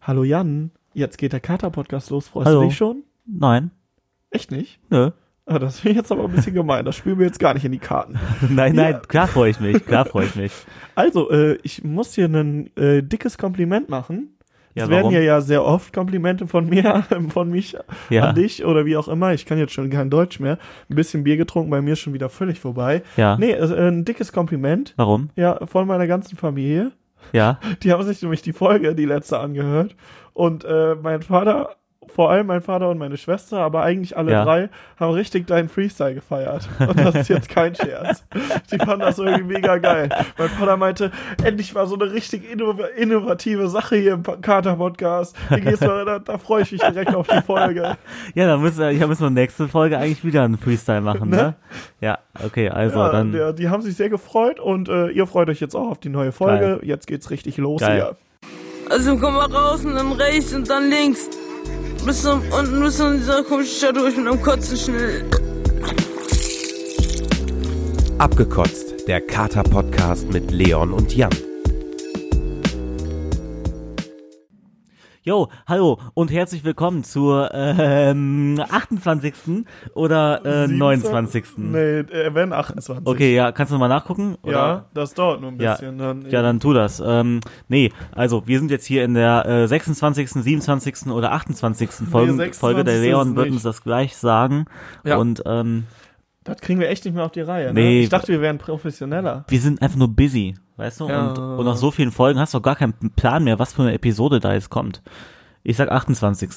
Hallo Jan, jetzt geht der Kater-Podcast los. Freust Hallo. du dich schon? Nein. Echt nicht? Nö. Ah, das finde ich jetzt aber ein bisschen gemein. Das spielen wir jetzt gar nicht in die Karten. Nein, nein, Ja. klar freue ich mich, klar freue ich mich. Also, äh, ich muss hier ein äh, dickes Kompliment machen. Ja, es werden warum? hier ja sehr oft Komplimente von mir, von mich Ja, an dich oder wie auch immer. Ich kann jetzt schon kein Deutsch mehr. Ein bisschen Bier getrunken, bei mir schon wieder völlig vorbei. ja. Nee, äh, ein dickes Kompliment. Warum? Ja, von meiner ganzen Familie. Ja, Die haben sich nämlich die Folge, die letzte, angehört. Und äh, mein Vater, vor allem mein Vater und meine Schwester, aber eigentlich alle Ja. drei, haben richtig deinen Freestyle gefeiert. Und das ist jetzt kein Scherz. Die fanden das irgendwie mega geil. Mein Vater meinte, endlich mal so eine richtig inno innovative Sache hier im Kater-Podcast. Hier geht's mal- Da, da freue ich mich direkt auf die Folge. ja, dann müssen wir, ja, müssen wir nächste Folge eigentlich wieder einen Freestyle machen, ne? Ja, okay, also Ja, dann der, die haben sich sehr gefreut und äh, ihr freut euch jetzt auch auf die neue Folge. Jetzt geht's richtig los Geil. hier. Also komm mal raus und dann rechts und dann links. Bis zum, unten bis in dieser komischen Stadt durch mit einem Kotzen schnell. Abgekotzt, der Kater-Podcast mit Leon und Jan. Jo, hallo und herzlich willkommen zur ähm, 28. oder äh, 29. Nee, äh, wenn 28. Mhm. Okay, ja, kannst du nochmal nachgucken? Oder? Ja, das dauert nur ein Ja. bisschen. Dann, Ja, dann tu das. Ähm, nee, also wir sind jetzt hier in der äh, 26., 27. oder 28. Folge, 26. Folge. Der ist Leon wird nicht. uns das gleich sagen. Ja. Und ähm, das kriegen wir echt nicht mehr auf die Reihe. Ne? Nee. ich dachte, wir wären professioneller. wir sind einfach nur busy, weißt du? Ja. Und, und nach so vielen Folgen hast du auch gar keinen Plan mehr, was für eine Episode da jetzt kommt. Ich sag 28.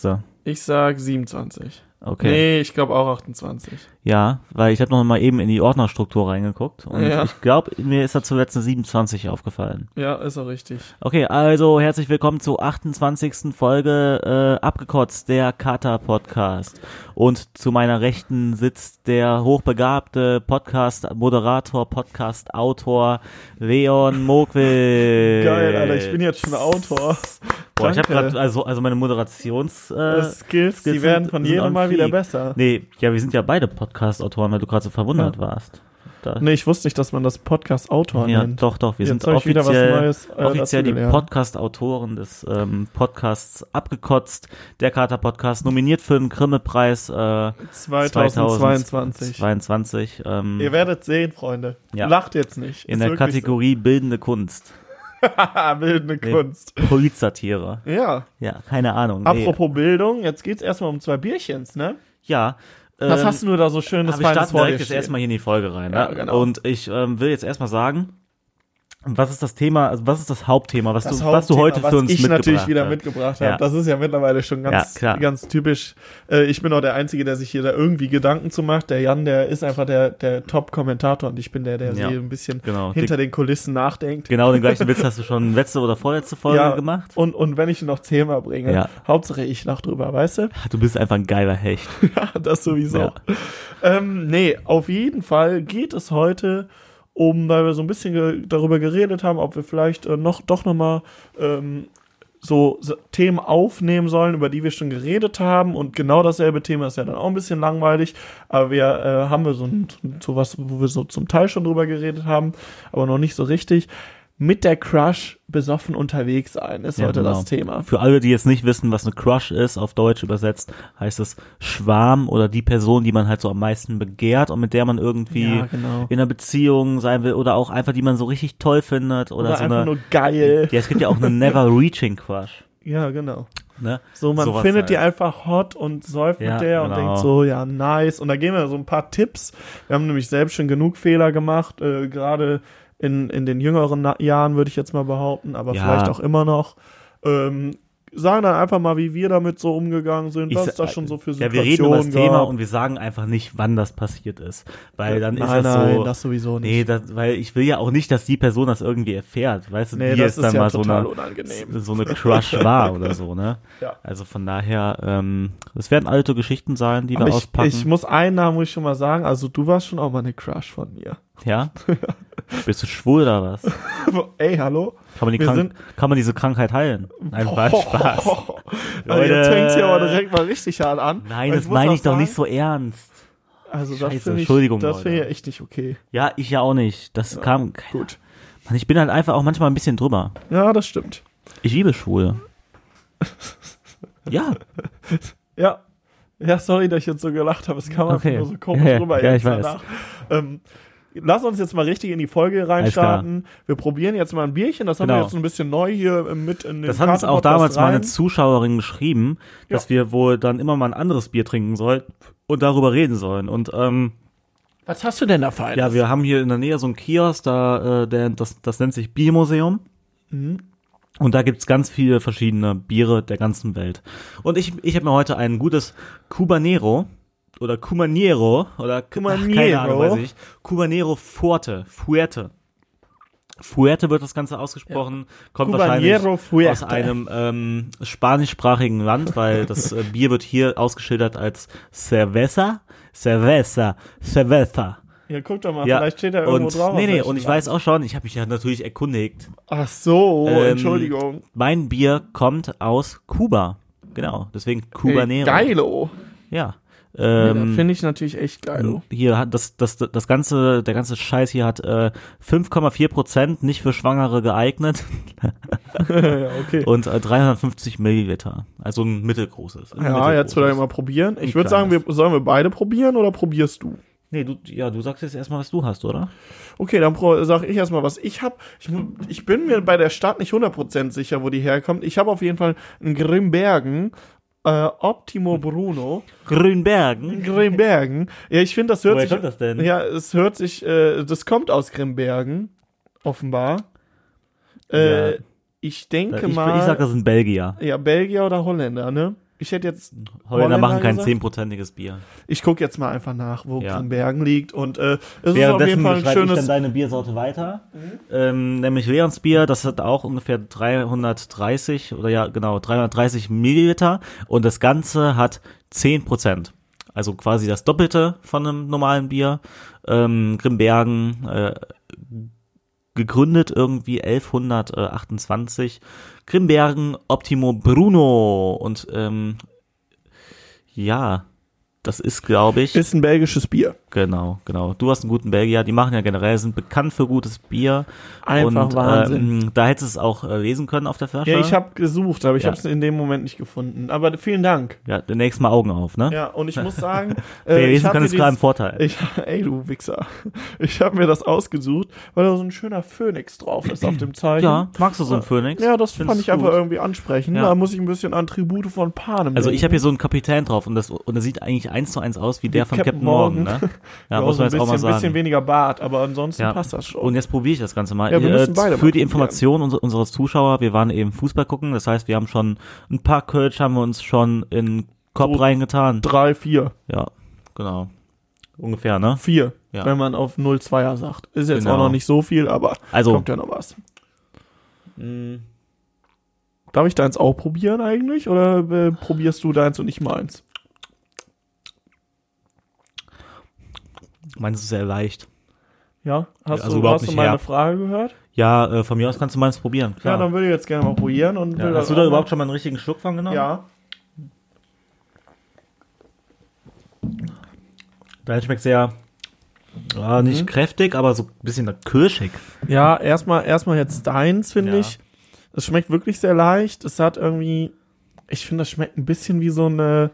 Ich sag 27. Okay. Nee, ich glaube auch 28. Ja, weil ich habe noch mal eben in die Ordnerstruktur reingeguckt und Ja. ich glaube, mir ist da zuletzt eine 27 aufgefallen. Ja, ist auch richtig. Okay, also herzlich willkommen zur 28. Folge äh, Abgekotzt, der Kater-Podcast. Und zu meiner Rechten sitzt der hochbegabte Podcast-Moderator, Podcast-Autor Leon Mogwil. Geil, Alter, ich bin jetzt schon Autor. Äh, Boah, ich habe Danke. gerade, also, also meine Moderations... Äh, Das Skills, Skills die werden sind- von sind jedem on Mal wieder fleek. besser. Nee. nee, ja, wir sind ja beide Podcast-Autoren, weil du gerade so verwundert Ja. warst. Da, ich wusste nicht, dass man das Podcast-Autor Ja, nennt. doch, doch. Wir Jetzt sind hab ich wieder offiziell, was Neues, äh, offiziell die dazu gelernt. Podcast-Autoren des ähm, Podcasts Abgekotzt, der Kater-Podcast, nominiert für den Grimme-Preis äh, 2022. 2022 ähm, Ihr werdet sehen, Freunde. Ja. Lacht jetzt nicht. in Ist der wirklich Kategorie Bildende Kunst. So. Bildende Nee. Kunst. Polizatire. Ja. Ja, keine Ahnung. Nee. Apropos Bildung, jetzt geht's erstmal um zwei Bierchens, ne? Ja. Was ähm, hast du da so schönes Aber wir Feines starten vor dir direkt jetzt stehen? erstmal hier in die Folge rein. Ne? Ja, genau. Und ich ähm, will jetzt erstmal sagen, was ist das Thema, also was ist das Hauptthema, was, das du, was du Hauptthema, heute was für uns ich mitgebracht natürlich wieder hast? mitgebracht Ja. habe. Das ist ja mittlerweile schon ganz, Ja, klar. ganz typisch. Äh, Ich bin auch der Einzige, der sich hier da irgendwie Gedanken zu macht. Der Jan, der ist einfach der, der Top-Kommentator und ich bin der, der Ja, hier ein bisschen genau. hinter den Kulissen nachdenkt. Genau den gleichen Witz hast du schon letzte oder vorletzte Folge Ja, Genau, gemacht. Und, und wenn ich ihn noch zehnmal bringe, Ja. Hauptsache ich lach drüber, weißt du? Du bist einfach ein geiler Hecht. das sowieso. Ja. Ähm, nee, auf jeden Fall geht es heute um, weil wir so ein bisschen ge darüber geredet haben, ob wir vielleicht äh, noch doch nochmal ähm, so S- Themen aufnehmen sollen, über die wir schon geredet haben. Und genau dasselbe Thema ist ja dann auch ein bisschen langweilig. Aber wir äh, haben wir so, ein, so was, wo wir so zum Teil schon drüber geredet haben, aber noch nicht so richtig. Mit der Crush besoffen unterwegs sein ist Ja, heute genau. das Thema. Für alle, die jetzt nicht wissen, was eine Crush ist, auf Deutsch übersetzt, heißt es Schwarm oder die Person, die man halt so am meisten begehrt und mit der man irgendwie Ja, genau. in einer Beziehung sein will oder auch einfach, die man so richtig toll findet oder, Oder so einfach eine. nur geil. ja, es gibt ja auch eine Never Reaching Crush. Ja, genau. Ne? So, man Sowas findet die halt. einfach hot und säuft Ja, mit der und genau. denkt so, ja, nice. Und da geben wir so ein paar Tipps. Wir haben nämlich selbst schon genug Fehler gemacht, äh, gerade in, in den jüngeren Na Jahren, würde ich jetzt mal behaupten, aber Ja. vielleicht auch immer noch. Ähm, sagen dann einfach mal, wie wir damit so umgegangen sind, Ich was sa- es da schon so für Ja, Situationen wir reden über das gab. Thema und wir sagen einfach nicht, wann das passiert ist. Weil dann nein, ist das nein, so. das sowieso nicht. Nee, das, weil ich will ja auch nicht, dass die Person das irgendwie erfährt. Weißt du, Nee, die das ist ist dann ja mal so total eine, unangenehm. so eine Crush war oder so, ne? Ja. Also von daher, ähm, es werden alte Geschichten sein, die Aber wir ich, auspacken. ich muss einen Namen muss ich schon mal sagen, also du warst schon auch mal eine Crush von mir. ja? Bist du schwul oder was? Ey, hallo? Kann man, die Wir krank, sind- kann man diese Krankheit heilen? Nein, war Spaß. Also Oh. jetzt Leute. fängt's hier aber direkt mal richtig hart an. Nein, Weil das muss meine auch ich doch sagen, nicht so ernst. Also das Scheiße, finde ich, Entschuldigung, das Leute. finde ich echt nicht okay. Ja, ich ja auch nicht. Das kam. Gut. Mann, ich bin halt einfach auch manchmal ein bisschen drüber. Ja, das stimmt. Ich liebe Schwule. Ja, Ja. Ja, sorry, dass ich jetzt so gelacht habe. Es kam Okay. einfach nur so komisch Ja, ja. rüber Ja, jetzt ich weiß. danach. Ähm, lass uns jetzt mal richtig in die Folge reinstarten. Wir probieren jetzt mal ein Bierchen. Das haben wir Genau. jetzt ein bisschen neu hier äh, mit in den das hat uns auch Kartenpodcast damals mal eine rein. Zuschauerin geschrieben, dass wir wohl dann immer mal ein anderes Bier trinken sollen und darüber reden sollen. Und ähm, Was hast du denn da fein? ja, wir haben hier in der Nähe so einen Kiosk, da, äh, der, das, das nennt sich Biermuseum. Mhm. Und da gibt's ganz viele verschiedene Biere der ganzen Welt. Und ich, ich habe mir heute ein gutes Cubanero oder Cumanero oder Cumanero, keine Ahnung, weiß ich. Cubanero Forte, Fuerte. Fuerte wird das Ganze ausgesprochen, kommt Cubanero wahrscheinlich Fuerte. aus einem ähm, spanischsprachigen Land, weil das äh, Bier wird hier ausgeschildert als Cerveza, Cerveza, Cerveza. Ja, guck doch mal, Ja, vielleicht steht da irgendwo und, drauf. also Nee, auf nee, welchem und ich Land. weiß auch schon, ich habe mich ja natürlich erkundigt. Ach so, Ähm, Entschuldigung. Mein Bier kommt aus Kuba. Genau, deswegen Cubanero. Geilo. Ja. das Ähm, finde ich also. natürlich echt geilo. hier hat das, das, das ganze, der ganze Scheiß hier hat äh, 5,4 Prozent, nicht für Schwangere geeignet Ja, okay. und äh, 350 Milliliter. Also ein mittelgroßes. Ein Ja, jetzt mittelgroßes. vielleicht mal probieren. Ich Ein würde sagen, wir, kleines. sollen wir beide probieren oder probierst du? Nee, du, ja, du sagst jetzt erstmal, was du hast, oder? Okay, dann pro- sag ich erstmal, was ich habe. Ich, mu- ich bin mir bei der Stadt nicht 100% sicher, wo die herkommt. Ich habe auf jeden Fall einen Grimbergen, äh, Optimo Bruno. Grünbergen. Grimbergen. Ja, ich finde, das hört Woher sich. kommt das denn? Ja, es hört sich. Äh, das kommt aus Grimbergen, offenbar. Äh, Ja. Ich Äh, Ich, denke ich mal. sag, das sind Belgier. ja, Belgier oder Holländer, ne? Ich hätte jetzt. Holländer machen kein gesagt? 10%iges Bier. Ich gucke jetzt mal einfach nach, wo Ja. Grimbergen liegt. Und äh, es ist auf jeden Fall ein beschreibe ich dann schönes. deine Biersorte weiter. Ähm, nämlich Leons Bier, das hat auch ungefähr 330 oder ja genau 330 Milliliter und das Ganze hat 10 Prozent. Also quasi das Doppelte von einem normalen Bier. Ähm, Grimbergen äh, gegründet irgendwie 1128. Grimbergen Optimo Bruno und ähm, ja, das ist glaube ich. Ist ein belgisches Bier. Genau, genau. Du hast einen guten Belgier. Die machen ja generell, sind bekannt für gutes Bier. Einfach und, Wahnsinn. Ähm, da hättest du es auch äh, lesen können auf der Flasche. Ja, ich habe gesucht, aber ich Ja. habe es in dem Moment nicht gefunden. Aber vielen Dank. Ja, demnächst mal Augen auf, ne? Ja, und ich muss sagen, Wer äh, ich lesen habe kann, mir ist klar im dieses, Vorteil. ich, ey du Wichser, ich habe mir das ausgesucht, weil da so ein schöner Phönix drauf ist auf dem Zeichen. ja, magst du so einen Phoenix? Ja, das Findest fand ich du einfach gut? irgendwie ansprechend. Ja. Da muss ich ein bisschen an Tribute von Panem Also ich denken. habe hier so einen Kapitän drauf und das und der sieht eigentlich eins zu eins aus wie der von Captain Captain Morgan, Morgan. ne? Ja, muss so ein man jetzt bisschen, auch mal sagen. bisschen weniger Bart, aber ansonsten Ja. passt das schon. Und jetzt probiere ich das Ganze mal. Ja, wir Äh, müssen beide mal Für die probieren. Information uns, unserer Zuschauer, wir waren eben Fußball gucken, das heißt, wir haben schon ein paar Kölsch haben wir uns schon in den Kopf So reingetan. drei, vier, Ja, genau. Ungefähr, ne? vier, Ja. wenn man auf 0,2er sagt. Ist jetzt Genau. auch noch nicht so viel, aber Also- Mm. kommt ja noch was. Darf ich deins auch probieren eigentlich? Oder äh, probierst du deins und ich meins? Meins ist sehr leicht. Ja, hast Ja, also du, überhaupt hast du nicht meine her. Frage gehört? Ja, äh, von mir aus kannst du meins probieren. Ja, Klar. dann würde ich jetzt gerne mal probieren und Ja, will hast du das da auch überhaupt schon mal einen richtigen Schluck von mal- genommen? Ja. Dein schmeckt sehr, ja, Mhm. nicht kräftig, aber so ein bisschen kirschig. Ja, erstmal erstmal jetzt deins, finde Ja. ich. Es schmeckt wirklich sehr leicht. Es hat irgendwie, ich finde, das schmeckt ein bisschen wie so ein äh,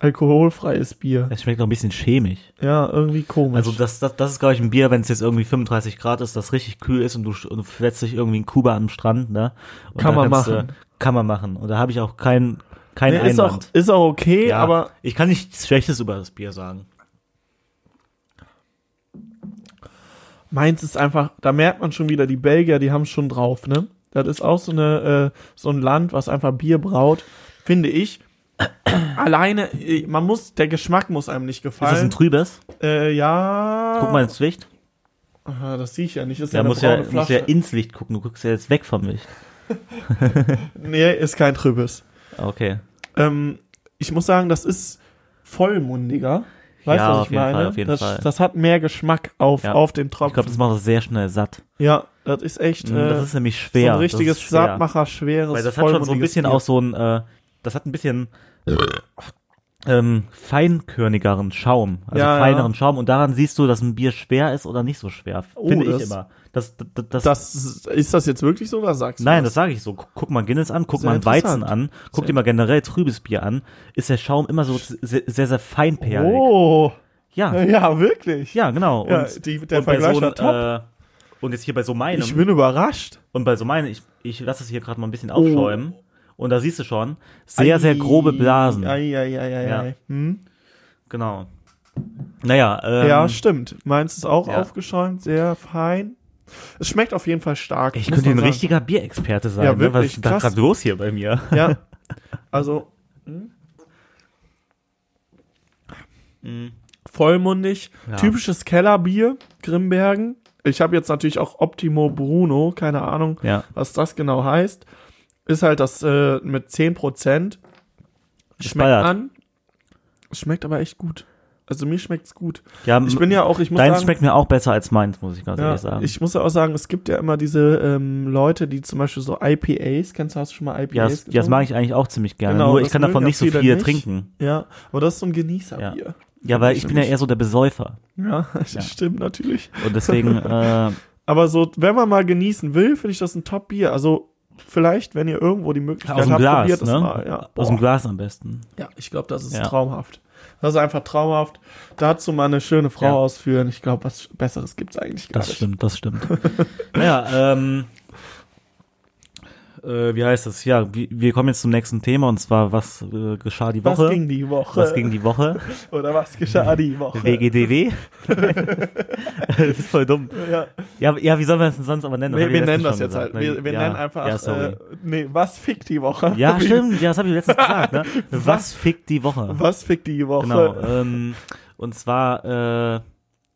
alkoholfreies Bier. Es schmeckt auch ein bisschen chemisch. Ja, irgendwie komisch. Also das, das, das ist, glaube ich, ein Bier, wenn es jetzt irgendwie 35 Grad ist, das richtig kühl ist und du, sch- und du fetzt dich irgendwie in Kuba am Strand, ne? Und Kann da man kannst du- machen. kann man machen. Und da habe ich auch keinen kein Nee, ist, auch, Einwand. ist auch okay, ja, aber ich kann nichts Schlechtes über das Bier sagen. meins ist einfach, da merkt man schon wieder, die Belgier, die haben es schon drauf, ne? Das ist auch so, eine, äh, so ein Land, was einfach Bier braut, finde ich. Alleine, äh, man muss, der Geschmack muss einem nicht Ist das ein gefallen. trübes? äh, ja. Guck mal ins Licht. Aha, das sehe ich ja nicht. Das ist ja, Ja, eine muss ja, braune muss Flasche. ja ins Licht gucken. Du guckst ja jetzt weg vom Licht. nee, ist kein trübes. Ah, Okay. Ähm, ich muss sagen, das ist vollmundiger. Weißt du, Ja, was auf ich jeden meine? Fall, auf jeden das, Fall. das hat mehr Geschmack auf, Ja. auf dem Tropfen. Ich glaube, das macht das sehr schnell satt. Mhm, ja, das ist echt äh, das ist nämlich so schwer. ein richtiges das ist schwer. Saatmacher, schweres, Weil das hat schon so ein vollmundiges bisschen Bier. auch so ein, äh, das hat ein bisschen ähm, feinkörnigeren Schaum, also Ja, ja. feineren Schaum. Und daran siehst du, dass ein Bier schwer ist oder nicht so schwer. Oh, finde ich das- immer. Das, das, das, Das, ist- ist das jetzt wirklich so oder sagst du nein, das? das sage ich so. Guck, guck mal Guinness an, guck Sehr mal einen Weizen interessant. an, guck dir mal generell trübes Bier an. Ist der Schaum immer so sehr, sehr, sehr feinperlig. Oh, Ja, ja, wirklich. Ah. ja, genau. Und, Ja, die- der und bei Vergleich so war einem, Äh, und jetzt hier bei so meinem. Ich bin überrascht. Und bei so meinen, ich, ich lasse es hier gerade mal ein bisschen aufschäumen. Und da siehst du schon, sehr, sehr Oh. Ei, grobe Blasen. Ei, ei, ei, ei, Ja. ei. Hm? Genau. Naja, ähm, Ja, stimmt. Meins ist auch ja. aufgeschäumt, sehr fein. Es schmeckt auf jeden Fall stark. ich muss könnte ein man sagen. richtiger Bierexperte sein. Ja, ne? Was wirklich, ist denn da krass. gerade los hier bei mir? Ja. Also. Vollmundig. Mhm. Ja. Typisches Kellerbier, Grimbergen. Ich habe jetzt natürlich auch Optimo Bruno, keine Ahnung, Ja. was das genau heißt. Ist halt das äh, mit 10%. Schmeckt Ballert. an. Schmeckt aber echt gut. Also mir schmeckt's gut. Ja, Ich bin ja auch, ich muss deins sagen, schmeckt mir auch besser als meins, muss ich ganz ja, ehrlich sagen. ich muss ja auch sagen, es gibt ja immer diese ähm, Leute, die zum Beispiel so IPAs, kennst du, hast du schon mal IPAs ja, das, ja, das getrunken? mag ich eigentlich auch ziemlich gerne. Genau, Nur ich das kann davon mögen nicht so ja viele viel nicht. trinken. Ja, aber das ist so ein Genießerbier. Ja, weil ich bin ja eher so der Besäufer. Ja, das stimmt natürlich. Und deswegen, äh, Aber so, wenn man mal genießen will, finde ich das ein Top-Bier. Also vielleicht, wenn ihr irgendwo die Möglichkeit aus dem habt, Glas, probiert es ne? mal. Ja, Aus dem Boah. Glas am besten. ja ich glaube, das ist Ja. traumhaft. Das ist einfach traumhaft. Dazu mal eine schöne Frau Ja. ausführen. Ich glaube, was Besseres gibt es eigentlich gar Das nicht. stimmt, das stimmt. naja, ähm, äh, wie heißt es? Ja, wir, wir kommen jetzt zum nächsten Thema und zwar, was äh, geschah die Was Woche? ging die Woche? Was ging die Woche? Oder was geschah die Woche? WGDW? das ist voll dumm. Ja. Ja, ja, wie sollen wir das denn sonst aber nennen? Nee, haben wir nennen letztens das schon jetzt halt. gesagt, ne? Wir, wir ja, nennen einfach. Ja, sorry. äh, nee, was fickt die Woche? ja Wie- stimmt, ja, das habe ich letztens gesagt. Ne? Was fickt die Woche? Was fickt die Woche? Genau. Ähm, und zwar, äh,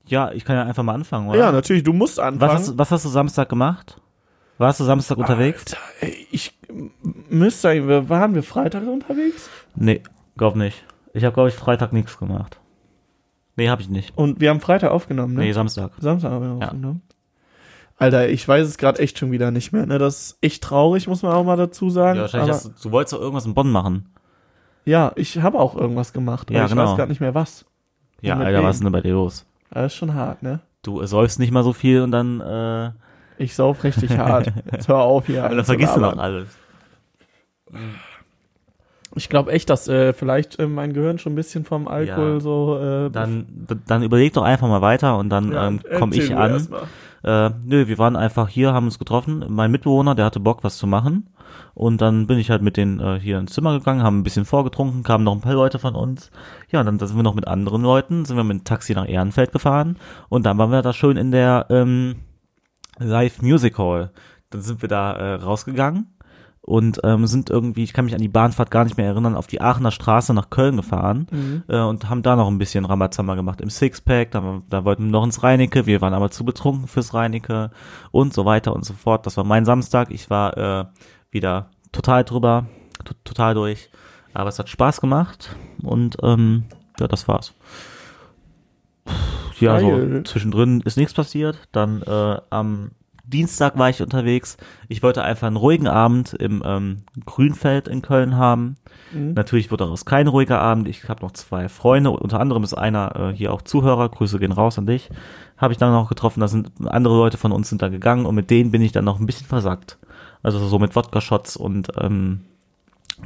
ja, ich kann ja einfach mal anfangen, oder? ja, natürlich, du musst anfangen. was, hast, was hast du Samstag gemacht? Warst du Samstag unterwegs? Alter, ey, ich m- müsste eigentlich, wir- waren wir Freitag unterwegs? Nee, glaub nicht. Ich habe, glaube ich, Freitag nichts gemacht. Nee, habe ich nicht. Und wir haben Freitag aufgenommen, ne? Nee, Samstag. Samstag haben wir Ja. aufgenommen. Alter, ich weiß es gerade echt schon wieder nicht mehr, ne? Das ist echt traurig, muss man auch mal dazu sagen. Ja, wahrscheinlich aber, hast, du- du wolltest doch irgendwas in Bonn machen. ja ich habe auch irgendwas gemacht, aber Ja, ich genau. weiß gerade nicht mehr was. Ja, mit Alter, wem? was ist denn bei dir los? Das ist schon hart, ne? Du äh, säufst nicht mal so viel und dann, äh, Ich sauf richtig hart. Jetzt hör auf hier. und dann vergisst du noch einzulabern. alles. Ich glaube echt, dass äh, vielleicht äh, mein Gehirn schon ein bisschen vom Alkohol Ja. so. Äh, Dann, d- dann überleg doch einfach mal weiter und dann ja, ähm, komme erzähl ich du an. erst mal. Äh, nö, wir waren einfach hier, haben uns getroffen. Mein Mitbewohner, der hatte Bock, was zu machen. Und dann bin ich halt mit denen äh, hier ins Zimmer gegangen, haben ein bisschen vorgetrunken, kamen noch ein paar Leute von uns. Ja, und dann da sind wir noch mit anderen Leuten, sind wir mit dem Taxi nach Ehrenfeld gefahren. Und dann waren wir da schön in der ähm, Live Music Hall. Dann sind wir da äh, rausgegangen und ähm, sind irgendwie, ich kann mich an die Bahnfahrt gar nicht mehr erinnern, auf die Aachener Straße nach Köln gefahren Mhm. äh, und haben da noch ein bisschen Ramazamba gemacht im Sixpack, da, da wollten wir noch ins Reinecke, wir waren aber zu betrunken fürs Reinecke und so weiter und so fort. Das war mein Samstag, ich war äh, wieder total drüber, to total durch, aber es hat Spaß gemacht und ähm, ja, das war's. Ja, so Geil. zwischendrin ist nichts passiert. Dann äh, am Dienstag war ich unterwegs. Ich wollte einfach einen ruhigen Abend im ähm, Grünfeld in Köln haben. Natürlich wurde daraus kein ruhiger Abend. Ich habe noch zwei Freunde, unter anderem ist einer äh, hier auch Zuhörer. Grüße gehen raus an dich. Habe ich dann noch getroffen. Da sind andere Leute von uns sind da gegangen und mit denen bin ich dann noch ein bisschen versackt. Also so mit Wodka-Shots und, ähm,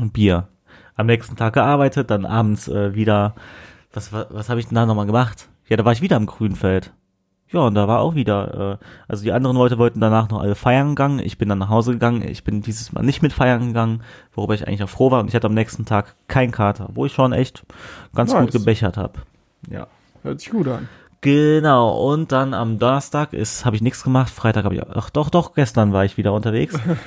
und Bier. Am nächsten Tag gearbeitet, dann abends äh, wieder. Was, was, was habe ich denn da nochmal gemacht? Ja, da war ich wieder im Grünfeld. Ja, und da war auch wieder, äh, also die anderen Leute wollten danach noch alle feiern gegangen. Ich bin dann nach Hause gegangen. Ich bin dieses Mal nicht mit feiern gegangen, worüber ich eigentlich auch froh war. Und ich hatte am nächsten Tag keinen Kater, wo ich schon echt ganz gut Nice. gebechert habe. Ja, hört sich gut an. Genau, und dann am Donnerstag ist habe ich nichts gemacht, Freitag habe ich ach doch doch gestern war ich wieder unterwegs.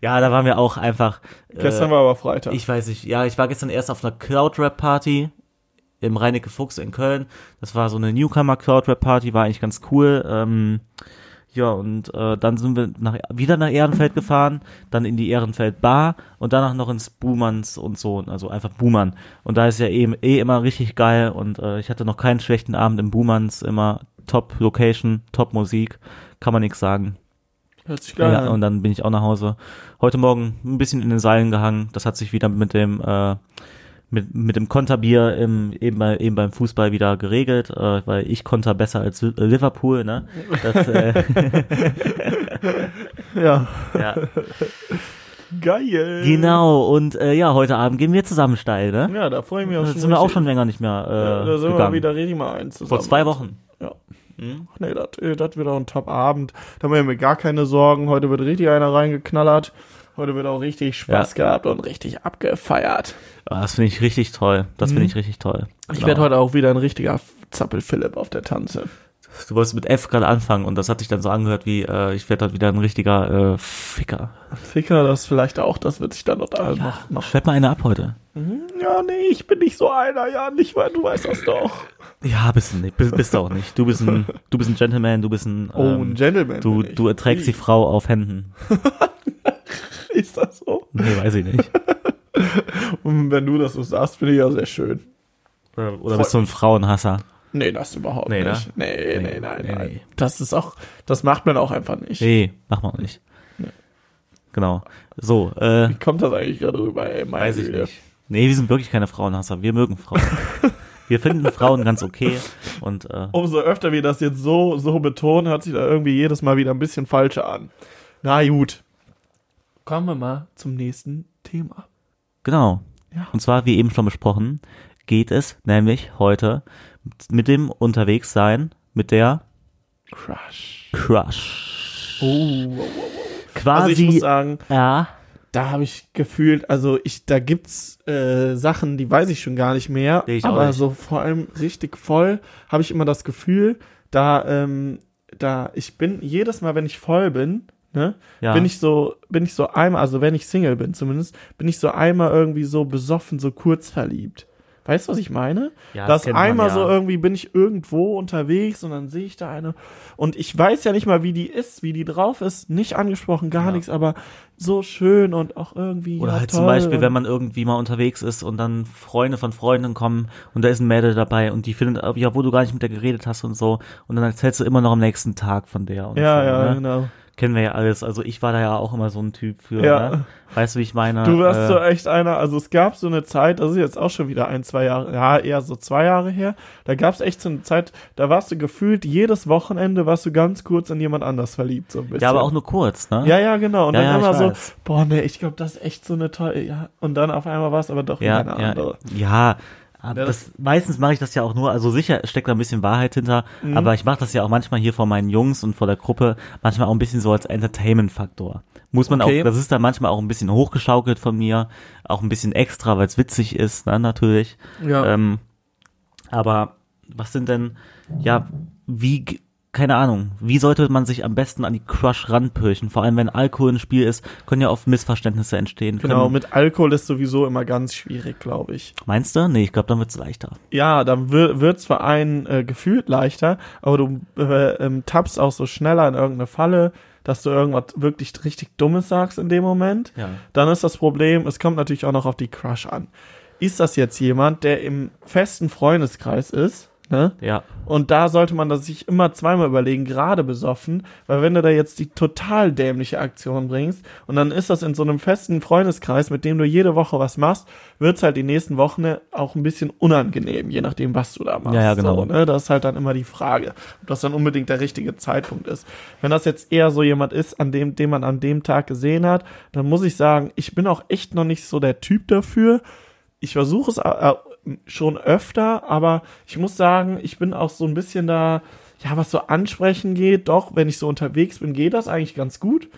ja, da waren wir auch einfach Gestern war aber Freitag. Äh, ich weiß nicht. Ja, ich war gestern erst auf einer Cloud-Rap-Party im Reinecke Fuchs in Köln. Das war so eine Newcomer-Cloud-Rap-Party, war eigentlich ganz cool. Ähm, ja, und äh, dann sind wir nach, wieder nach Ehrenfeld gefahren, dann in die Ehrenfeld-Bar und danach noch ins Buhmanns und so. Also einfach Buhmann. Und da ist ja eh, eh immer richtig geil und äh, ich hatte noch keinen schlechten Abend im Buhmanns. Immer Top-Location, Top-Musik. Kann man nichts sagen. hört sich geil Ja, an. und dann bin ich auch nach Hause. Heute Morgen ein bisschen in den Seilen gehangen. Das hat sich wieder mit dem äh, mit, mit dem Konterbier im, eben, bei, eben beim Fußball wieder geregelt, äh, weil ich konter besser als Li- Liverpool, ne? Das, äh, Ja. ja. Geil. Genau, und äh, ja, heute Abend gehen wir zusammen steil, ne? Ja, da freue ich mich auch Da schon. sind wir auch richtig. schon länger nicht mehr äh, Ja, da sind wir gegangen. mal wieder, rede ich mal eins zusammen. Vor zwei Wochen. Ja. Ach Nee, das äh, das wird auch ein Top-Abend. Da machen wir mir gar keine Sorgen. Heute wird richtig einer reingeknallert. Heute wird auch richtig Spaß gehabt und richtig abgefeiert. Ah, Das finde ich richtig toll. Das finde ich richtig toll. Mhm. Ich Genau. werde heute auch wieder ein richtiger Zappel-Philipp auf der Tanze. Du wolltest mit F gerade anfangen und das hat sich dann so angehört wie, äh, ich werde halt wieder ein richtiger äh, Ficker. Ficker, das vielleicht auch, das wird sich dann noch, da noch, noch. Schreib mal eine ab heute. Ja, nee, ich bin nicht so einer, ja, nicht weil du weißt das doch. Ja, bist du nicht. Bist, bist du auch nicht. Du bist ein, du bist ein Gentleman, du bist ein, ähm, Oh, ein Gentleman. du, bin ich. du erträgst die Frau auf Händen. Ist das so? Nee, weiß ich nicht. Und wenn du das so sagst, finde ich ja sehr schön. Oder bist du ein Frauenhasser? Nee, das überhaupt Nee, ne? nicht. Nee, nee, Nee, nein, nee, nein. nee. Das ist auch, das macht man auch einfach nicht. Nee, mach mal nicht. Genau. So, äh, Wie kommt das eigentlich gerade rüber, ey? Meine weiß ich Güte. nicht. Nee, wir sind wirklich keine Frauenhasser. Wir mögen Frauen. wir finden Frauen ganz okay und äh, Umso öfter wir das jetzt so, so betonen, hört sich da irgendwie jedes Mal wieder ein bisschen falscher an. Na gut, Kommen wir mal. zum nächsten Thema. Genau. Ja. Und zwar, wie eben schon besprochen, geht es nämlich heute mit dem Unterwegssein mit der Crush. Crush. Oh, also ich muss Quasi, sagen, ja, da habe ich gefühlt, also ich, da gibt's äh, Sachen, die weiß ich schon gar nicht mehr, Ich auch aber nicht. so vor allem richtig voll habe ich immer das Gefühl, da, ähm, da ich bin jedes Mal, wenn ich voll bin, ne, Ja. bin ich so, bin ich so einmal, also wenn ich Single bin zumindest, bin ich so einmal irgendwie so besoffen, so kurz verliebt. Weißt du, was ich meine? Ja, das Dass kennt man, einmal ja. so irgendwie bin ich irgendwo unterwegs und dann sehe ich da eine und ich weiß ja nicht mal, wie die ist, wie die drauf ist, nicht angesprochen, gar nichts, aber so schön und auch irgendwie. oder ja, halt toll zum Beispiel, und, wenn man irgendwie mal unterwegs ist und dann Freunde von Freunden kommen und da ist ein Mädel dabei und die findet, äh, ja, wo du gar nicht mit der geredet hast und so und dann erzählst du immer noch am nächsten Tag von der und Ja, so, ja, ne? genau. Kennen wir ja alles. Also ich war da ja auch immer so ein Typ für, Ja. ne? Weißt du, wie ich meine? Du warst Äh, so echt einer, also es gab so eine Zeit, das ist jetzt auch schon wieder ein, zwei Jahre, ja, eher so zwei Jahre her, da gab es echt so eine Zeit, da warst du gefühlt, jedes Wochenende warst du ganz kurz in jemand anders verliebt, so ein bisschen. ja, aber auch nur kurz, ne? Ja, ja, genau. Und Ja, dann ja, immer ich so, weiß. boah, nee, ich glaube, das ist echt so eine tolle, ja. Und dann auf einmal war es aber doch wieder eine andere. Ja, aber Ja, das, meistens mache ich das ja auch nur, also sicher steckt da ein bisschen Wahrheit hinter, Mhm. aber ich mache das ja auch manchmal hier vor meinen Jungs und vor der Gruppe, manchmal auch ein bisschen so als Entertainment-Faktor. Muss man Okay. auch, das ist dann manchmal auch ein bisschen hochgeschaukelt von mir, auch ein bisschen extra, weil es witzig ist, ne, natürlich. Ja. Ähm, aber was sind denn, ja, wie, g- keine Ahnung, wie sollte man sich am besten an die Crush ranpirchen? Vor allem, wenn Alkohol im Spiel ist, können ja oft Missverständnisse entstehen. Genau, Können, mit Alkohol ist sowieso immer ganz schwierig, glaube ich. meinst du? Nee, ich glaube, dann wird's leichter. Ja, dann wir- wird's für einen äh, gefühlt leichter, aber du äh, ähm, tappst auch so schneller in irgendeine Falle, dass du irgendwas wirklich richtig Dummes sagst in dem Moment. Ja. Dann ist das Problem, es kommt natürlich auch noch auf die Crush an. Ist das jetzt jemand, der im festen Freundeskreis ist, ne? Ja. Und da sollte man das sich immer zweimal überlegen, gerade besoffen, weil wenn du da jetzt die total dämliche Aktion bringst und dann ist das in so einem festen Freundeskreis, mit dem du jede Woche was machst, wird's halt die nächsten Wochen auch ein bisschen unangenehm, je nachdem, was du da machst. Ja, ja, genau. So, ne? Das ist halt dann immer die Frage, ob das dann unbedingt der richtige Zeitpunkt ist. Wenn das jetzt eher so jemand ist, an dem, den man an dem Tag gesehen hat, dann muss ich sagen, ich bin auch echt noch nicht so der Typ dafür ich versuche es äh, schon öfter, aber ich muss sagen, ich bin auch so ein bisschen da, ja, was so ansprechen geht, doch, wenn ich so unterwegs bin, geht das eigentlich ganz gut.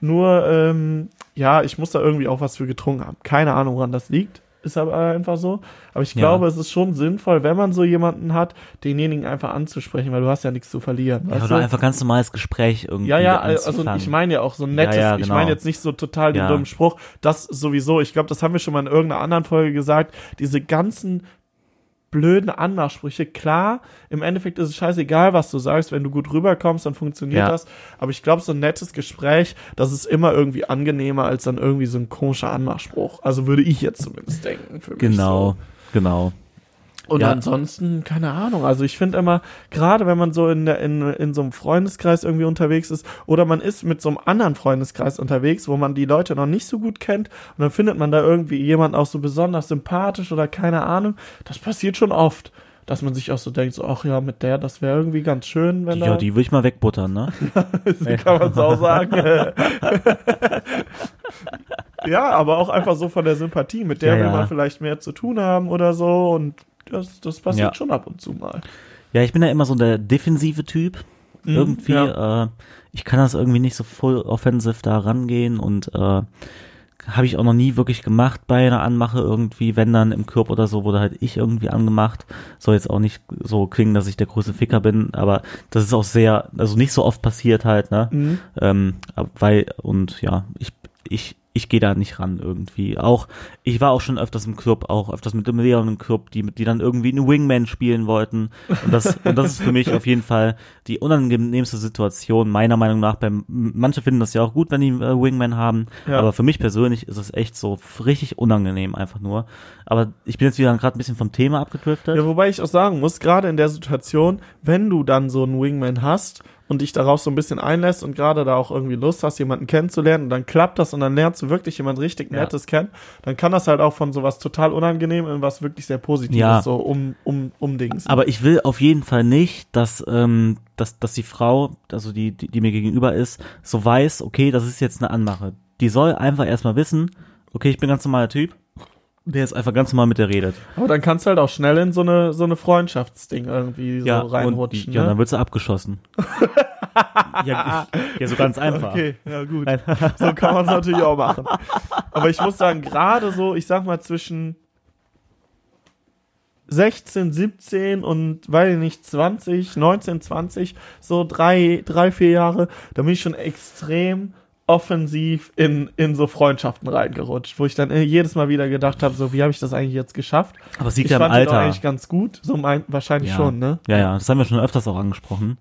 Nur, ähm, ja, ich muss da irgendwie auch was für getrunken haben. Keine Ahnung, woran das liegt. Ist aber einfach so. Aber ich Ja. glaube, es ist schon sinnvoll, wenn man so jemanden hat, denjenigen einfach anzusprechen, weil du hast ja nichts zu verlieren. Ja, weißt oder du? einfach ganz normales Gespräch irgendwie. Also Ja, ja, also anzufangen. ich meine ja auch so ein nettes, Ja, ja, ich genau. meine jetzt nicht so total den Ja. dummen Spruch, das sowieso, ich glaube, das haben wir schon mal in irgendeiner anderen Folge gesagt, diese ganzen blöden Anmachsprüche, klar, im Endeffekt ist es scheißegal, was du sagst, wenn du gut rüberkommst, dann funktioniert Ja. das, aber ich glaube, so ein nettes Gespräch, das ist immer irgendwie angenehmer als dann irgendwie so ein komischer Anmachspruch, also würde ich jetzt zumindest denken für mich. Genau, genau. Und Ja. ansonsten, keine Ahnung. Also ich finde immer, gerade wenn man so in, der, in, in so einem Freundeskreis irgendwie unterwegs ist oder man ist mit so einem anderen Freundeskreis unterwegs, wo man die Leute noch nicht so gut kennt und dann findet man da irgendwie jemanden auch so besonders sympathisch oder keine Ahnung, das passiert schon oft. Dass man sich auch so denkt, so, ach ja, mit der, das wäre irgendwie ganz schön, wenn Ja, da, die würde ich mal wegbuttern, ne? kann man es auch sagen. ja, aber auch einfach so von der Sympathie, mit der Ja, will ja. man vielleicht mehr zu tun haben oder so und das, das passiert Ja. schon ab und zu mal. Ja, ich bin ja immer so der defensive Typ. Mhm, irgendwie, äh, ich kann das irgendwie nicht so voll offensiv da rangehen und äh, habe ich auch noch nie wirklich gemacht bei einer Anmache irgendwie, wenn dann im Körper oder so wurde halt ich irgendwie angemacht. Soll jetzt auch nicht so klingen, dass ich der große Ficker bin, aber das ist auch sehr, also nicht so oft passiert halt, ne? Mhm. Ähm, ab- weil, und ja, ich, ich, ich gehe da nicht ran irgendwie. Auch, ich war auch schon öfters im Club, auch öfters mit dem Leon im Club, die, die dann irgendwie einen Wingman spielen wollten. Und das, und das ist für mich auf jeden Fall die unangenehmste Situation, meiner Meinung nach. Beim, manche finden das ja auch gut, wenn die äh, Wingman haben. Ja. Aber für mich persönlich ist es echt so f- richtig unangenehm einfach nur. Aber ich bin jetzt wieder gerade ein bisschen vom Thema abgedriftet. Ja, wobei ich auch sagen muss, gerade in der Situation, wenn du dann so einen Wingman hast und dich darauf so ein bisschen einlässt und gerade da auch irgendwie Lust hast, jemanden kennenzulernen und dann klappt das und dann lernst du wirklich jemand richtig Ja. Nettes kennen, dann kann das halt auch von sowas total unangenehm in was wirklich sehr Positives Ja. so um, um, umdings. Aber ich will auf jeden Fall nicht, dass, ähm, dass, dass die Frau, also die, die, die mir gegenüber ist, so weiß, okay, das ist jetzt eine Anmache. Die soll einfach erstmal wissen, okay, ich bin ein ganz normaler Typ, der jetzt einfach ganz normal mit der redet. Aber dann kannst du halt auch schnell in so eine, so eine Freundschaftsding irgendwie so und, reinrutschen. Ja, ne? dann wird sie abgeschossen. ja, ich, ja, so ganz einfach. Okay, ja gut. So kann man es natürlich auch machen. Aber ich muss sagen, gerade so, ich sag mal zwischen 16, 17 und, weiß ich nicht, 20, 19, 20, so drei, drei, vier Jahre, da bin ich schon extrem offensiv in, in so Freundschaften reingerutscht, wo ich dann äh, jedes Mal wieder gedacht habe, so wie habe ich das eigentlich jetzt geschafft? Aber es liegt ich ja im fand die doch Alter. eigentlich ganz gut, so mein, wahrscheinlich Ja. schon, ne? Mhm. Ja, ja, das haben wir schon öfters auch angesprochen.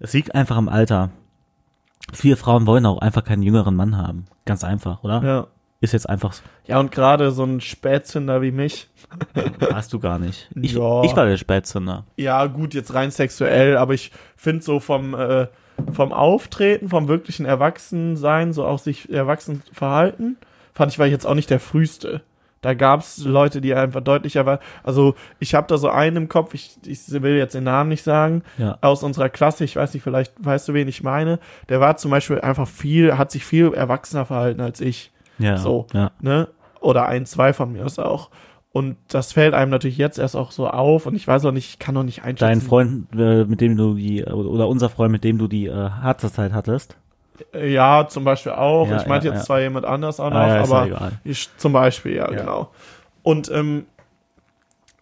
Es liegt einfach am Alter. Viele Frauen wollen auch einfach keinen jüngeren Mann haben. Ganz einfach, oder? Ja. Ist jetzt einfach so. Ja, und gerade so ein Spätzünder wie mich, Warst du gar nicht. Ich, Ja. ich war der Spätzünder. ja gut, jetzt rein sexuell, aber ich finde so vom, äh, vom Auftreten, vom wirklichen Erwachsensein, so auch sich erwachsen verhalten, fand ich, war ich jetzt auch nicht der Frühste. Da gab's Leute, die einfach deutlicher waren. Also ich habe da so einen im Kopf, ich, ich will jetzt den Namen nicht sagen, Ja. aus unserer Klasse, ich weiß nicht, vielleicht weißt du, wen ich meine, der war zum Beispiel einfach viel, hat sich viel erwachsener verhalten als ich Ja. So. Ja. ne? Oder ein, zwei von mir ist auch. Und das fällt einem natürlich jetzt erst auch so auf und ich weiß auch nicht, ich kann noch nicht einschätzen. Dein Freund, äh, mit dem du die, oder unser Freund, mit dem du die äh, Harzerzeit hattest. Äh, Ja, zum Beispiel auch. Ja, ich meinte ja, jetzt ja. zwar jemand anders auch noch, Ah, ja, ist ja aber egal. ich, zum Beispiel, ja, genau. Und ähm,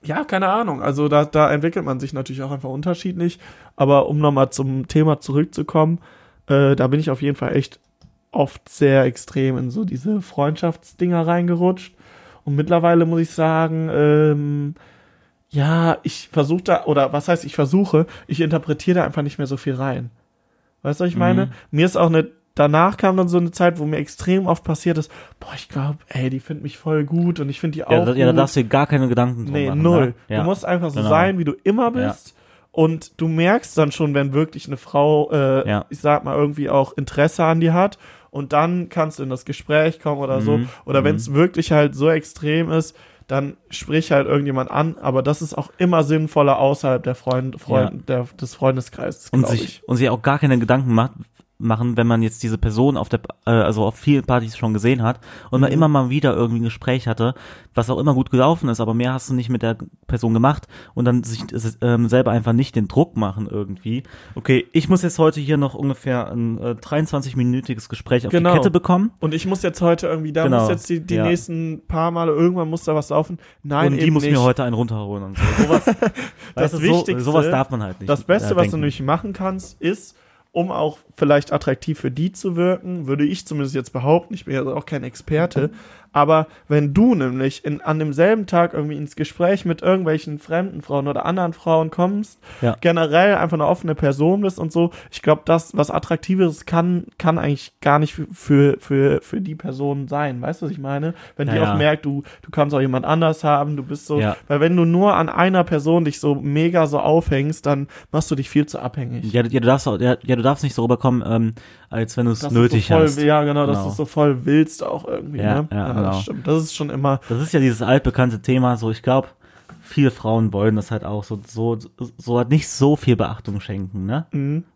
ja, keine Ahnung. Also da, da entwickelt man sich natürlich auch einfach unterschiedlich. Aber um nochmal zum Thema zurückzukommen, äh, da bin ich auf jeden Fall echt oft sehr extrem in so diese Freundschaftsdinger reingerutscht. Und mittlerweile muss ich sagen, ähm, ja, ich versuche da, oder was heißt ich versuche, ich interpretiere da einfach nicht mehr so viel rein. Weißt du, was ich Mhm. meine? Mir ist auch eine, danach kam dann so eine Zeit, wo mir extrem oft passiert ist, boah, ich glaube, ey, die finden mich voll gut und ich finde die auch Ja, da, gut. ja, da darfst du dir gar keine Gedanken drum Nee, machen. null. Ne? Ja. Du musst einfach so Genau. sein, wie du immer Ja. bist. Und du merkst dann schon, wenn wirklich eine Frau, äh, Ja. ich sag mal, irgendwie auch Interesse an dir hat. Und dann kannst du in das Gespräch kommen oder so. Mhm. Oder wenn es wirklich halt so extrem ist, dann sprich halt irgendjemand an. Aber das ist auch immer sinnvoller außerhalb der Freund, Freund, der, des Freundeskreises, und glaub ich. sich, und sich auch gar keine Gedanken macht, machen, wenn man jetzt diese Person auf der, äh, also auf vielen Partys schon gesehen hat und Mhm. man immer mal wieder irgendwie ein Gespräch hatte, was auch immer gut gelaufen ist, aber mehr hast du nicht mit der Person gemacht und dann sich es, ähm, selber einfach nicht den Druck machen irgendwie. Okay, ich muss jetzt heute hier noch ungefähr ein äh, 23-minütiges Gespräch auf Genau. die Kette bekommen. Und ich muss jetzt heute irgendwie, da Genau. muss jetzt die, die Ja. nächsten paar Male, irgendwann muss da was laufen. Nein, und die eben muss nicht. mir heute einen runterholen und so. Sowas, Das weißt du, Wichtigste- so, sowas darf man halt nicht. Das Beste, äh, was du denken. nämlich machen kannst, ist, um auch vielleicht attraktiv für die zu wirken, würde ich zumindest jetzt behaupten, ich bin ja auch kein Experte, Aber wenn du nämlich in, an demselben Tag irgendwie ins Gespräch mit irgendwelchen fremden Frauen oder anderen Frauen kommst, Ja. generell einfach eine offene Person bist und so, ich glaube, das, was Attraktiveres kann, kann eigentlich gar nicht für- für, für, für die Person sein. Weißt du, was ich meine? Wenn die Ja, ja. auch merkt, du, du kannst auch jemand anders haben, du bist so, Ja. weil wenn du nur an einer Person dich so mega so aufhängst, dann machst du dich viel zu abhängig. Ja, du- ja, du darfst auch, ja, ja, du darfst nicht so rüberkommen, ähm, als wenn du es Dass nötig du so voll, hast. Ja, genau, dass Genau. du es so voll willst auch irgendwie. Ja, ne? ja, genau. das stimmt. Das ist schon immer, Das ist ja dieses altbekannte Thema, so ich glaube, viele Frauen wollen das halt auch so, so, so halt nicht so viel Beachtung schenken, ne?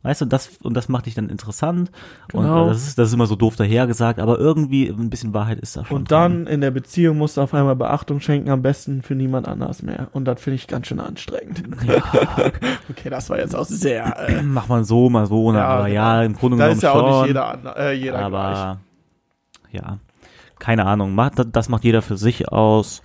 Weißt du, das, und das macht dich dann interessant. Und Mhm. Genau. äh, das ist, das ist immer so doof dahergesagt, aber irgendwie ein bisschen Wahrheit ist da schon. Und dran. dann in der Beziehung musst du auf einmal Beachtung schenken, am besten für niemand anders mehr. Und das finde ich ganz schön anstrengend. okay, das war jetzt auch sehr. Äh, macht man so, mal so, ne? Ja, genau. aber ja, im Grunde da genommen ist ja schon. auch nicht jeder, ander- äh, jeder gleich. aber ja, keine Ahnung. Macht, das macht jeder für sich aus.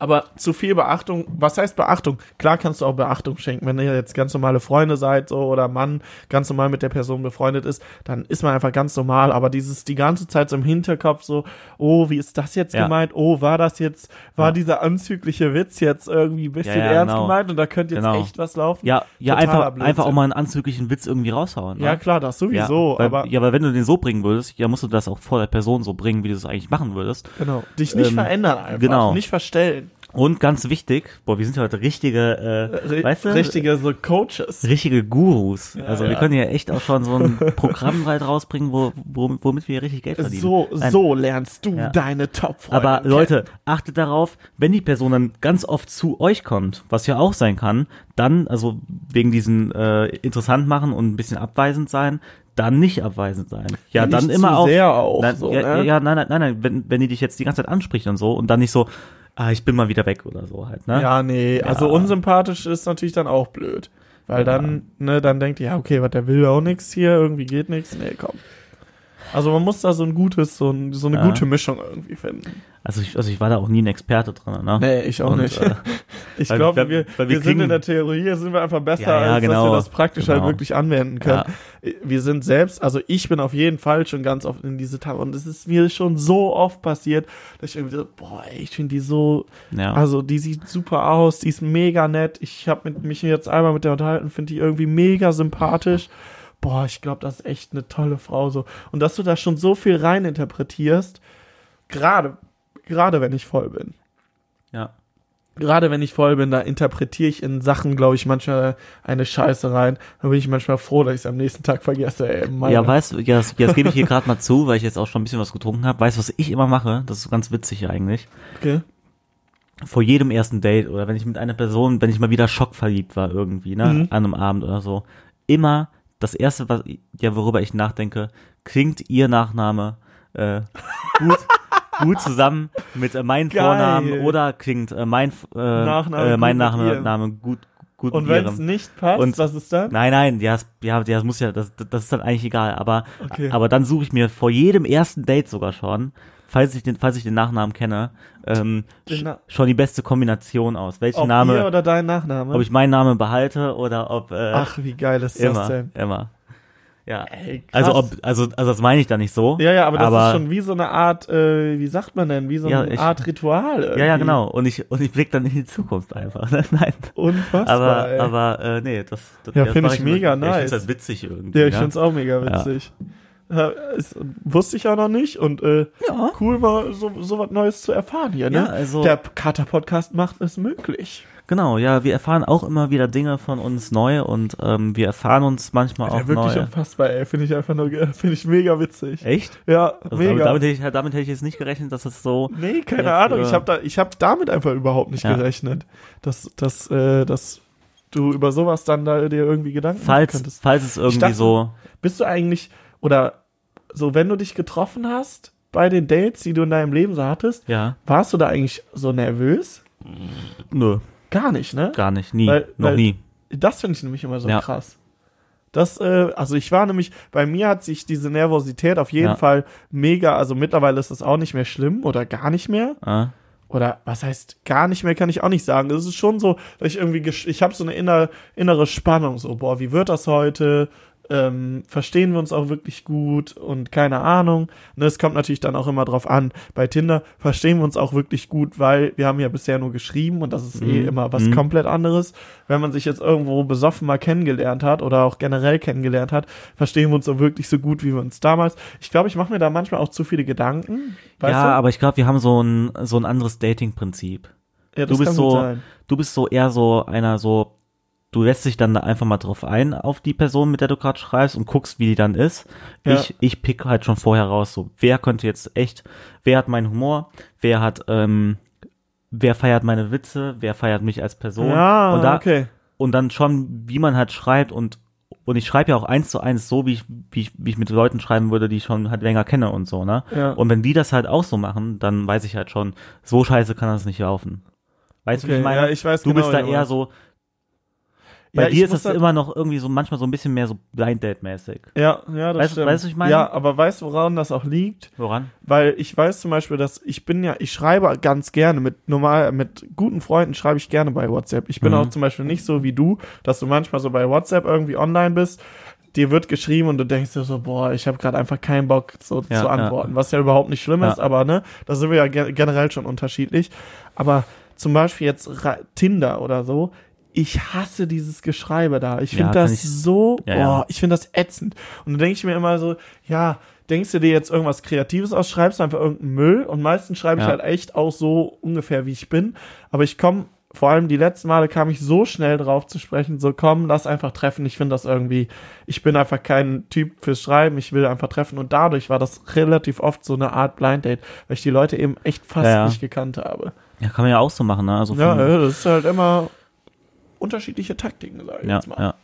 Aber Zu viel Beachtung, was heißt Beachtung? Klar kannst du auch Beachtung schenken, wenn ihr jetzt ganz normale Freunde seid so oder Mann ganz normal mit der Person befreundet ist, dann ist man einfach ganz normal. Aber dieses die ganze Zeit so im Hinterkopf so, oh, wie ist das jetzt Ja. gemeint? Oh, war das jetzt, war dieser anzügliche Witz jetzt irgendwie ein bisschen Ja, ja, ernst genau. gemeint und da könnte jetzt Genau. echt was laufen? Ja, ja Totaler einfach, Blödsinn. einfach auch mal einen anzüglichen Witz irgendwie raushauen. Ja, ne? klar, das sowieso, ja, weil, aber ja, weil wenn du den so bringen würdest, ja, musst du das auch vor der Person so bringen, wie du es eigentlich machen würdest. genau, dich nicht ähm, verändern einfach, genau. nicht verstellen. Und ganz wichtig, boah, wir sind ja heute richtige, äh, Ri- weißt du, richtige so Coaches. richtige Gurus. also wir ja. können ja echt auch schon so ein Programm halt rausbringen, wo, wo, womit wir richtig Geld verdienen. So, Nein, so lernst du Ja. deine top Aber Leute, achtet darauf, wenn die Person dann ganz oft zu euch kommt, was ja auch sein kann, dann, also wegen diesen äh, interessant machen und ein bisschen abweisend sein, dann nicht abweisend sein. Ja, Nicht dann immer zu auf. sehr auch, nein, so, ja, ne? ja, nein, nein, nein, nein, wenn, wenn die dich jetzt die ganze Zeit anspricht und so und dann nicht so, ah, ich bin mal wieder weg oder so halt, ne? Ja, nee, also unsympathisch ist natürlich dann auch blöd. Weil dann, ne, dann denkt ihr, ja, okay, was, der will auch nix hier, irgendwie geht nix nee, komm. Also man muss da so ein gutes, so, ein, so eine Ja. gute Mischung irgendwie finden. Also ich, also ich war da auch nie ein Experte drin, ne? Nee, ich auch Und, nicht. äh, ich weil- glaube, weil- wir, weil wir wir, sind kriegen- in der Theorie, sind wir einfach besser, Ja, ja, als dass genau, wir das praktisch genau. halt wirklich anwenden können. Wir sind selbst, also ich bin auf jeden Fall schon ganz oft in diese Tat und es ist mir schon so oft passiert, dass ich irgendwie so, boah, ey, ich finde die so, Ja. also die sieht super aus, die ist mega nett. Ich habe mit mich jetzt einmal mit der unterhalten, finde die irgendwie mega sympathisch. Boah, ich glaube, das ist echt eine tolle Frau so. Und dass du da schon so viel reininterpretierst, gerade gerade wenn ich voll bin ja. gerade wenn ich voll bin, da interpretiere ich in Sachen, glaube ich, manchmal eine Scheiße rein. Da bin ich manchmal froh, dass ich es am nächsten Tag vergesse. Ey, meine. Ja, weißt du, ja, das, ja, das gebe ich hier gerade mal zu, weil ich jetzt auch schon ein bisschen was getrunken habe. Weißt du, was ich immer mache? Das ist ganz witzig eigentlich. okay. vor jedem ersten Date oder wenn ich mit einer Person, wenn ich mal wieder schockverliebt war irgendwie, ne, Mhm. an einem Abend oder so, immer das erste, was ja worüber ich nachdenke, klingt ihr Nachname äh, gut, gut zusammen mit äh, meinem Geil. Vornamen oder klingt äh, mein äh, Nachname äh, mein gut mit Nachname ihrem. Name gut gut Und mit wenn ihrem. es nicht passt, Und- was ist dann? Nein, nein, ja, das, ja, das muss ja, das, das ist dann eigentlich egal. Aber, Okay. aber dann suche ich mir vor jedem ersten Date sogar schon, falls ich den, falls ich den Nachnamen kenne, ähm, Den sch- Na- schon die beste Kombination aus. Welchen ob Name, ihr oder dein Nachname? ob ich meinen Namen behalte oder ob äh, Ach, wie geil ist das immer, denn? immer. Ja. Ey, krass. also ob, also, also das meine ich da nicht so. Ja, ja, aber das ist schon wie so eine Art, äh, wie sagt man denn, wie so Ja, eine ich- Art Ritual. Irgendwie. Ja, ja, genau. Und ich, und ich blick dann in die Zukunft einfach. ne? Nein. Unfassbar. Aber, ey. aber äh, nee, das, das Ja, das find mach ich mega immer. Ja, Ich nice. finde das witzig irgendwie. ja, ich ne? find's auch mega Ja. witzig. Ja. es- wusste ich auch noch nicht und äh, cool mal so, so was Neues zu erfahren hier. Ne? Ja, also- Der Kater-Podcast macht es möglich. Genau, ja, wir erfahren auch immer wieder Dinge von uns neu und ähm, wir erfahren uns manchmal auch Ja, wirklich neu. unfassbar, ey. Finde ich einfach nur, ge- finde ich mega witzig. Echt? Ja, Also damit, mega. damit, hätte ich, damit hätte ich jetzt nicht gerechnet, dass das so. nee, keine Ja, Ahnung. für- Ich habe da, ich hab damit einfach überhaupt nicht Ja. gerechnet, dass, dass, äh, dass du über sowas dann da dir irgendwie Gedanken machen Falls, könntest. falls es irgendwie Ich dachte- so. Bist du eigentlich, oder so, wenn du dich getroffen hast bei den Dates, die du in deinem Leben so hattest, Ja. warst du da eigentlich so nervös? Nö, Gar nicht, ne? gar nicht. Nie. Weil- noch weil- nie. Das finde ich nämlich immer so Ja. krass. Das, äh, also ich war nämlich, bei mir hat sich diese Nervosität auf jeden Ja. Fall mega, also mittlerweile ist das auch nicht mehr schlimm oder gar nicht mehr. Äh? Oder was heißt gar nicht mehr, kann ich auch nicht sagen. Es ist schon so, dass ich irgendwie, gesch- ich habe so eine inner, innere Spannung, so, boah, wie wird das heute? ähm, verstehen wir uns auch wirklich gut und keine Ahnung. Ne, es kommt natürlich dann auch immer drauf an. Bei Tinder verstehen wir uns auch wirklich gut, weil wir haben ja bisher nur geschrieben und das ist eh Mhm. immer was komplett anderes. Wenn man sich jetzt irgendwo besoffen mal kennengelernt hat oder auch generell kennengelernt hat, verstehen wir uns auch wirklich so gut, wie wir uns damals. Ich glaube, ich mache mir da manchmal auch zu viele Gedanken. weißt ja, du? aber ich glaube, wir haben so ein, so ein anderes Dating-Prinzip. ja, du kann gut bist so, sein. du bist so eher so einer so, du lässt dich dann da einfach mal drauf ein auf die Person, mit der du gerade schreibst und guckst, wie die dann ist. Ja. Ich, ich pick halt schon vorher raus, so wer könnte jetzt echt, wer hat meinen Humor, wer hat, ähm, wer feiert meine Witze, wer feiert mich als Person. Ja, und da, okay. und dann schon, wie man halt schreibt und und ich schreibe ja auch eins zu eins so, wie ich, wie ich, wie ich mit Leuten schreiben würde, die ich schon halt länger kenne und so, ne? Ja. Und wenn die das halt auch so machen, dann weiß ich halt schon, so scheiße kann das nicht laufen. Weißt du, wie Okay, ich meine? ja, ich weiß du genau, bist da wie du eher meinst. so, bei Ja, ich dir ist muss das da- immer noch irgendwie so, manchmal so ein bisschen mehr so Blind Date-mäßig. Ja, ja, das Weißt- stimmt. weißt du, was ich meine? Ja, aber weißt du, woran das auch liegt? Woran? Weil ich weiß zum Beispiel, dass ich bin ja, ich schreibe ganz gerne mit normal, mit guten Freunden schreibe ich gerne bei WhatsApp. Ich bin Mhm. auch zum Beispiel nicht so wie du, dass du manchmal so bei WhatsApp irgendwie online bist. Dir wird geschrieben und du denkst dir so, boah, ich habe gerade einfach keinen Bock so Ja, zu ja. antworten, was ja überhaupt nicht schlimm Ja. ist, aber ne, da sind wir ja ge generell schon unterschiedlich. Aber zum Beispiel jetzt Ra Tinder oder so, ich hasse dieses Geschreibe da. Ich Ja, finde kann das ich- so, Ja, ja. boah, ich finde das ätzend. Und dann denke ich mir immer so, ja, denkst du dir jetzt irgendwas Kreatives aus, schreibst du einfach irgendeinen Müll und meistens schreibe ich Ja. halt echt auch so ungefähr, wie ich bin. Aber ich komme, vor allem die letzten Male kam ich so schnell drauf zu sprechen, so komm, lass einfach treffen. Ich finde das irgendwie, ich bin einfach kein Typ fürs Schreiben, ich will einfach treffen. Und dadurch war das relativ oft so eine Art Blind Date, weil ich die Leute eben echt fast Ja, ja. nicht gekannt habe. Ja, kann man ja auch so machen, ne? Also Ja, von- ja, das ist halt immer unterschiedliche Taktiken, sage ich ja, jetzt mal. ja.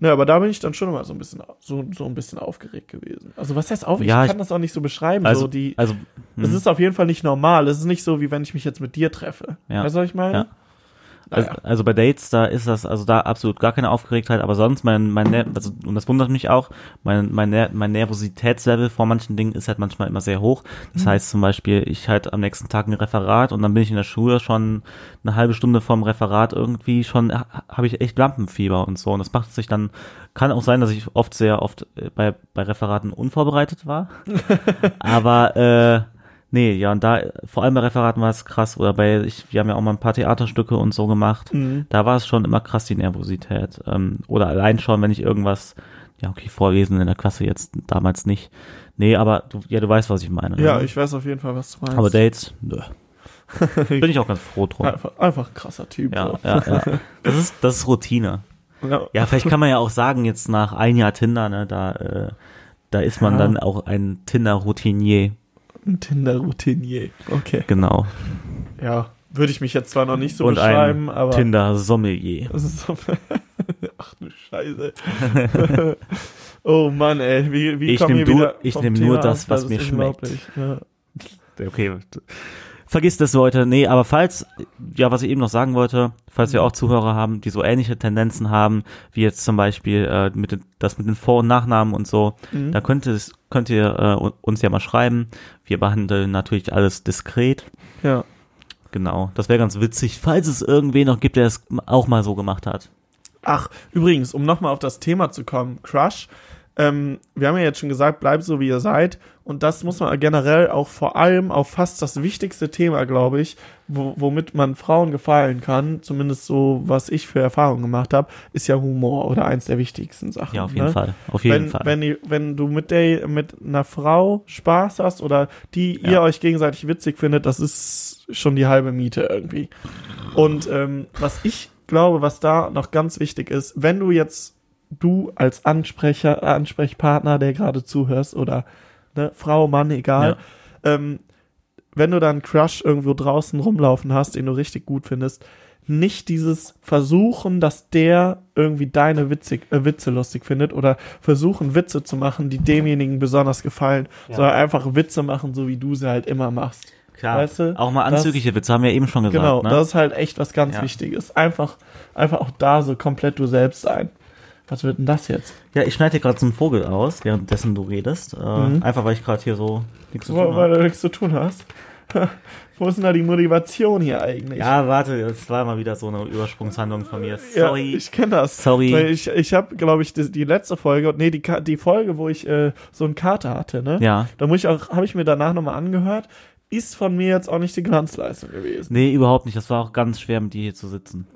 Ja, aber da bin ich dann schon immer so ein bisschen, so, so ein bisschen aufgeregt gewesen. Also was heißt aufgeregt? Ja, ich kann ich- das auch nicht so beschreiben. Also, so die, also, es ist auf jeden Fall nicht normal. Es ist nicht so, wie wenn ich mich jetzt mit dir treffe. Ja. Weißt du, was ich meine? Ah, Ja. Also, Naja. also bei Dates, da ist das, also da absolut gar keine Aufgeregtheit, aber sonst mein, mein Ner- also, und das wundert mich auch, mein, mein, Ner- mein Nervositätslevel vor manchen Dingen ist halt manchmal immer sehr hoch. Das heißt zum Beispiel, ich halt am nächsten Tag ein Referat und dann bin ich in der Schule schon eine halbe Stunde vorm Referat irgendwie schon, ha- habe ich echt Lampenfieber und so. Und das macht sich dann, kann auch sein, dass ich oft sehr oft äh, bei, bei Referaten unvorbereitet war. Aber äh, nee, ja, und da, vor allem bei Referaten war es krass, oder bei, ich, wir haben ja auch mal ein paar Theaterstücke und so gemacht. Hm. Da war es schon immer krass, die Nervosität. Ähm, oder allein schon, wenn ich irgendwas, ja, okay, vorlesen in der Klasse jetzt damals nicht. Nee, aber du, ja, du weißt, was ich meine. Ja, ne? ich weiß auf jeden Fall, was du meinst. Aber Dates, nö. Bin ich auch ganz froh drum. einfach, einfach ein krasser Typ. Ja, so. ja, ja. Das ist, das ist Routine. Ja. Ja, vielleicht kann man ja auch sagen, jetzt nach ein Jahr Tinder, ne, da, äh, da ist man Ja. dann auch ein Tinder-Routinier. Ein Tinder-Routinier. Okay. Genau. Ja, würde ich mich jetzt zwar noch nicht so und ein beschreiben, aber... Tinder-Sommelier. Das ist so Ach du Scheiße. oh Mann, ey. Wie, wie Ich kommen nehm wir du- wieder ich vom nehm Thema nur das, ab? was mir ist schmeckt. unglaublich, Ja. Okay. Vergiss das, Leute. Nee, aber falls, ja, was ich eben noch sagen wollte, falls Mhm. wir auch Zuhörer haben, die so ähnliche Tendenzen haben, wie jetzt zum Beispiel äh, mit den, das mit den Vor- und Nachnamen und so, Mhm. da könnt, es, könnt ihr äh, un- uns ja mal schreiben. Wir behandeln natürlich alles diskret. ja. Genau. Das wäre ganz witzig, falls es irgendwen noch gibt, der es auch mal so gemacht hat. Ach, übrigens, um nochmal auf das Thema zu kommen, Crush. Ähm, wir haben ja jetzt schon gesagt, bleibt so, wie ihr seid. Und das muss man generell auch vor allem auf fast das wichtigste Thema, glaube ich, wo, womit man Frauen gefallen kann, zumindest so, was ich für Erfahrungen gemacht habe, ist ja Humor oder eins der wichtigsten Sachen. Ja, auf jeden ne? Fall. Auf jeden wenn, Fall. wenn, die- wenn du mit, der, mit einer Frau Spaß hast oder die ihr Ja. euch gegenseitig witzig findet, das ist schon die halbe Miete irgendwie. Und ähm, was ich glaube, was da noch ganz wichtig ist, wenn du jetzt du als Ansprecher, äh, Ansprechpartner, der gerade zuhörst oder ne, Frau, Mann, egal, ähm, wenn du da einen Crush irgendwo draußen rumlaufen hast, den du richtig gut findest, nicht dieses Versuchen, dass der irgendwie deine witzig, äh, Witze lustig findet oder versuchen, Witze zu machen, die demjenigen besonders gefallen, sondern einfach Witze machen, so wie du sie halt immer machst. Klar. weißt du, auch mal das- anzügliche Witze, haben wir eben schon gesagt. genau, ne? das ist halt echt was ganz Ja. Wichtiges. Einfach, einfach auch da so komplett du selbst sein. Was wird denn das jetzt? Ja, ich schneide dir gerade so einen Vogel aus, währenddessen du redest. Äh, Einfach, weil ich gerade hier so nichts zu Mhm. Weil, tun weil habe. du nichts zu tun hast. Wo ist denn da die Motivation hier eigentlich? Ja, warte, das war mal wieder so eine Übersprungshandlung von mir. Ja, Sorry. ich kenne das. Sorry. Weil ich ich habe, glaube ich, die, die letzte Folge, nee, die, Ka- die Folge, wo ich äh, so einen Kater hatte, ne? Ja. Da muss ich auch, habe ich mir danach nochmal angehört, ist von mir jetzt auch nicht die Glanzleistung gewesen. Nee, überhaupt nicht. Das war auch ganz schwer, mit dir hier zu sitzen.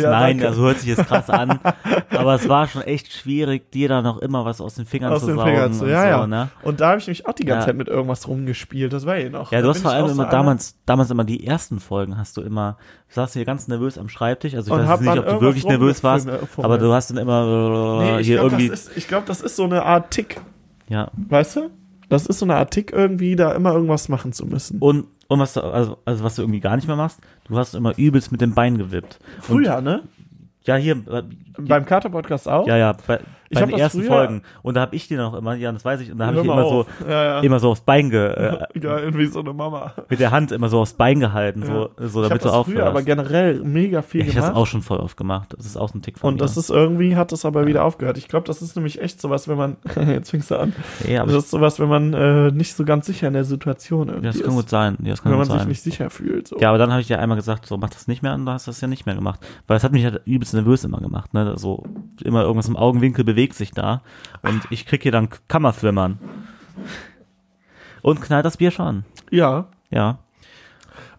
Ja, nein, danke. das hört sich jetzt krass an. aber es war schon echt schwierig, dir da noch immer was aus den Fingern Aus zu den saugen. Fingern zu, und ja, so, ja. Ne? Und da habe ich mich auch die ganze Ja. Zeit mit irgendwas rumgespielt, das war eh noch. Ja, Da du hast bin vor ich allem auch so immer einer- damals, damals immer die ersten Folgen hast du immer, du saßt hier ganz nervös am Schreibtisch, also ich Und weiß hab jetzt nicht, dann ob du irgendwas wirklich nervös warst, rumgefummelt. aber du hast dann immer äh, Nee, ich hier glaube, irgendwie, das, ist- ich glaub, das ist so eine Art Tick, ja. weißt du? Das ist so eine Art Tick irgendwie, da immer irgendwas machen zu müssen. Oh, Und, und was du, also, also was du irgendwie gar nicht mehr machst, du hast immer übelst mit dem Bein gewippt. Früher, ne? Und, ja, hier, äh, Beim Kater-Podcast auch? ja, ja, bei, Ich bei hab den das ersten früher- Folgen. Und da hab ich dir noch immer, ja, das weiß ich, und da hab ich Hör dir mal immer so, auf. Ja, ja. immer so aufs Bein ge, äh, Geil, wie so eine Mama. mit der Hand immer so aufs Bein gehalten, so, so ich hab damit das du aufhörst. früher aber generell mega viel ich habe gemacht. das auch schon voll oft gemacht. Das ist auch ein Tick von und mir. das ist irgendwie, hat das aber wieder aufgehört. Ich glaube, das ist nämlich echt sowas, wenn man, jetzt fängst du an, ja, aber das ist sowas, wenn man äh, nicht so ganz sicher in der Situation irgendwie Ja, das kann ist. gut sein. Ja, das kann wenn man gut sich sein. nicht sicher fühlt. So. ja, aber dann habe ich dir einmal gesagt, so mach das nicht mehr und dann hast du das ja nicht mehr gemacht. Weil es hat mich halt übelst nervös immer gemacht, ne? So immer irgendwas im Augenwinkel bewegt sich da und ich krieg hier dann K- Kammerflimmern. Und knallt das Bier schon. ja. Ja.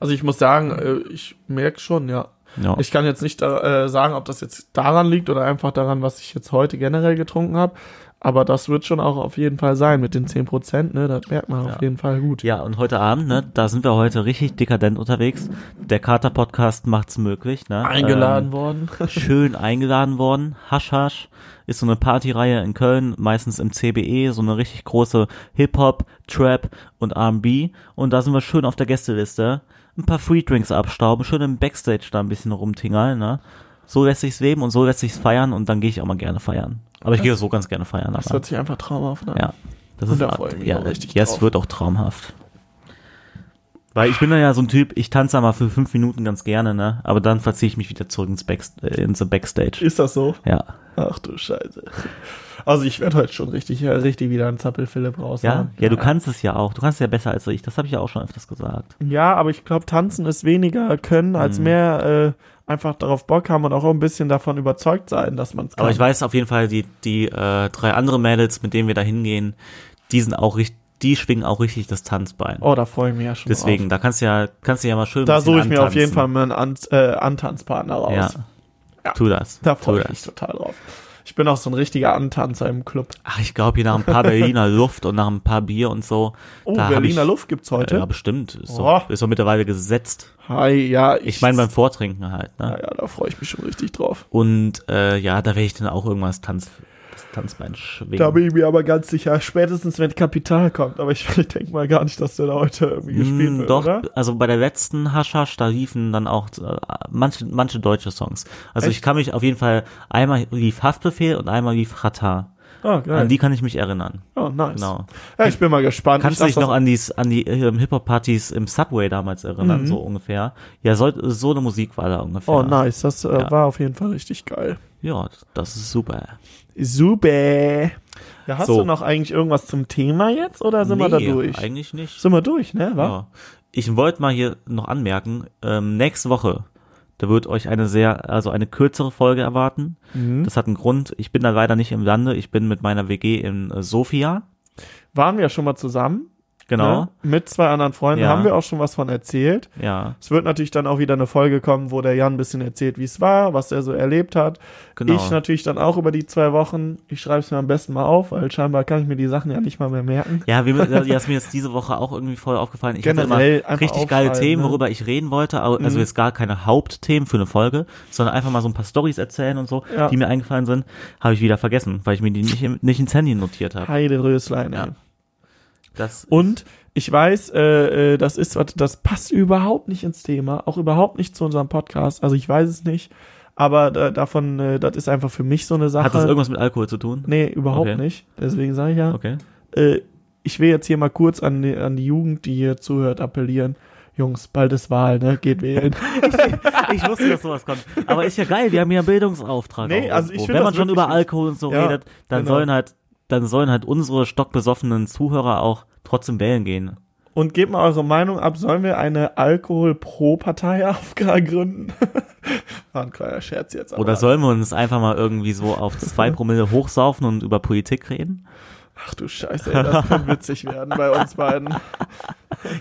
Also ich muss sagen, äh, ich merke schon, ja. Ja. Ich kann jetzt nicht äh, sagen, ob das jetzt daran liegt oder einfach daran, was ich jetzt heute generell getrunken habe. Aber das wird schon auch auf jeden Fall sein mit den 10%, ne? Das merkt man auf jeden Fall gut. ja, und heute Abend, ne, da sind wir heute richtig dekadent unterwegs. Der Kater-Podcast macht's möglich, ne? Eingeladen Ähm, worden. schön eingeladen worden. Hasch Hasch ist so eine Partyreihe in Köln, meistens im CBE, so eine richtig große Hip-Hop, Trap und R&B. Und da sind wir schön auf der Gästeliste. Ein paar Free Drinks abstauben, schön im Backstage da ein bisschen rumtingeln, ne? So lässt sich's leben und so lässt sich's feiern und dann gehe ich auch mal gerne feiern. Aber ich gehe so ganz gerne feiern. Das Aber, hört sich einfach traumhaft an. ja, das Und ist da freue ich mich ja, auch richtig ja, es drauf. wird auch traumhaft. Weil ich bin dann ja so ein Typ, ich tanze da mal für fünf Minuten ganz gerne, ne? Aber dann verziehe ich mich wieder zurück ins Backst äh, ins Backstage. Ist das so? Ja. Ach du Scheiße. Also ich werde heute schon richtig, äh, richtig wieder einen Zappel-Philipp Ja? raushauen. ja, du kannst es ja auch. Du kannst es ja besser als ich. Das habe ich ja auch schon öfters gesagt. Ja, aber ich glaube, tanzen ist weniger können, Mhm. als mehr äh, einfach darauf Bock haben und auch ein bisschen davon überzeugt sein, dass man es kann. Aber ich weiß auf jeden Fall, die, die äh, drei andere Mädels, mit denen wir da hingehen, die sind auch richtig, die schwingen auch richtig das Tanzbein. oh, da freue ich mich ja schon Deswegen, drauf. da kannst du ja, kannst du ja mal schön ein Da bisschen suche ich mir auf antanzen. jeden Fall meinen An äh, Antanzpartner raus. Ja. Tu das. Da tu freue ich mich das. total drauf. Ich bin auch so ein richtiger Antanzer im Club. Ach, ich glaube, hier nach ein paar Berliner Luft und nach ein paar Bier und so. Oh, da hab Berliner ich, Luft gibt's heute. Ja, bestimmt. Ist Oh. doch, ist doch mittlerweile gesetzt. Hi, ja, Ich meine beim Vortrinken halt. Ne? ja, ja, da freue ich mich schon richtig drauf. Und äh, ja, da werde ich dann auch irgendwas Tanz, das Tanzbein schwingen. Da bin ich mir aber ganz sicher, spätestens wenn Kapital kommt, aber ich, ich denke mal gar nicht, dass der da heute irgendwie gespielt Mm, wird, Doch, oder? also bei der letzten Hasch Hasch, da liefen dann auch äh, manche, manche deutsche Songs. Also ich Echt? kann mich auf jeden Fall, einmal lief Haftbefehl und einmal lief Rata. Ah, geil. An die kann ich mich erinnern. oh, nice. Genau. Ja, ich bin mal gespannt. Kannst du Ich dich lass noch das- an, dies, an die ähm, Hip-Hop-Partys im Subway damals erinnern, so ungefähr? Ja, so, so eine Musik war da ungefähr. Mhm. Oh, nice. Das äh, Ja. war auf jeden Fall richtig geil. Ja, das ist super. Super. Ja, hast So. du noch eigentlich irgendwas zum Thema jetzt oder sind wir da Nee, durch? Eigentlich nicht. Sind wir durch, ne? wa? Ja. Ich wollte mal hier noch anmerken, ähm, nächste Woche, da wird euch eine sehr, also eine kürzere Folge erwarten. Mhm. Das hat einen Grund. Ich bin da leider nicht im Lande. Ich bin mit meiner WG in äh, Sofia. Waren wir ja schon mal zusammen. Genau. Ne? Mit zwei anderen Freunden Ja. haben wir auch schon was von erzählt. Ja, Es wird natürlich dann auch wieder eine Folge kommen, wo der Jan ein bisschen erzählt, wie es war, was er so erlebt hat. genau. Ich natürlich dann auch über die zwei Wochen. Ich schreibe es mir am besten mal auf, weil scheinbar kann ich mir die Sachen ja nicht mal mehr merken. ja, wir, das ist mir jetzt diese Woche auch irgendwie voll aufgefallen. Ich Generell hatte immer einfach richtig geile aufschreiben, Themen, ne? Mhm. worüber ich reden wollte. aber- Also jetzt gar keine Hauptthemen für eine Folge, sondern einfach mal so ein paar Stories erzählen und so, Ja. die mir eingefallen sind. Habe ich wieder vergessen, weil ich mir die nicht, im- nicht ins Handy notiert habe. Heide Röslein. ey. Ja. Das Und ich weiß, äh, äh, das ist was, das passt überhaupt nicht ins Thema, auch überhaupt nicht zu unserem Podcast. Also ich weiß es nicht, aber da, davon, äh, das ist einfach für mich so eine Sache. hat das irgendwas mit Alkohol zu tun? nee, überhaupt Okay. nicht. Deswegen sage ich ja, Okay. äh, ich will jetzt hier mal kurz an die, an die Jugend, die hier zuhört, appellieren. Jungs, bald ist Wahl, ne? Geht wählen. Ich wusste, dass sowas kommt. Aber ist ja geil, wir haben ja einen Bildungsauftrag. Nee, auch also ich irgendwo. find Wenn man das schon wirklich- über Alkohol und so Ja, redet, dann genau. sollen halt, dann sollen halt unsere stockbesoffenen Zuhörer auch trotzdem wählen gehen. und gebt mal eure Meinung ab, sollen wir eine Alkohol-Pro-Partei AFK gründen? War ein kleiner Scherz jetzt. aber- Oder sollen wir uns einfach mal irgendwie so auf zwei Promille hochsaufen und über Politik reden? Ach du Scheiße, ey, das kann witzig werden bei uns beiden.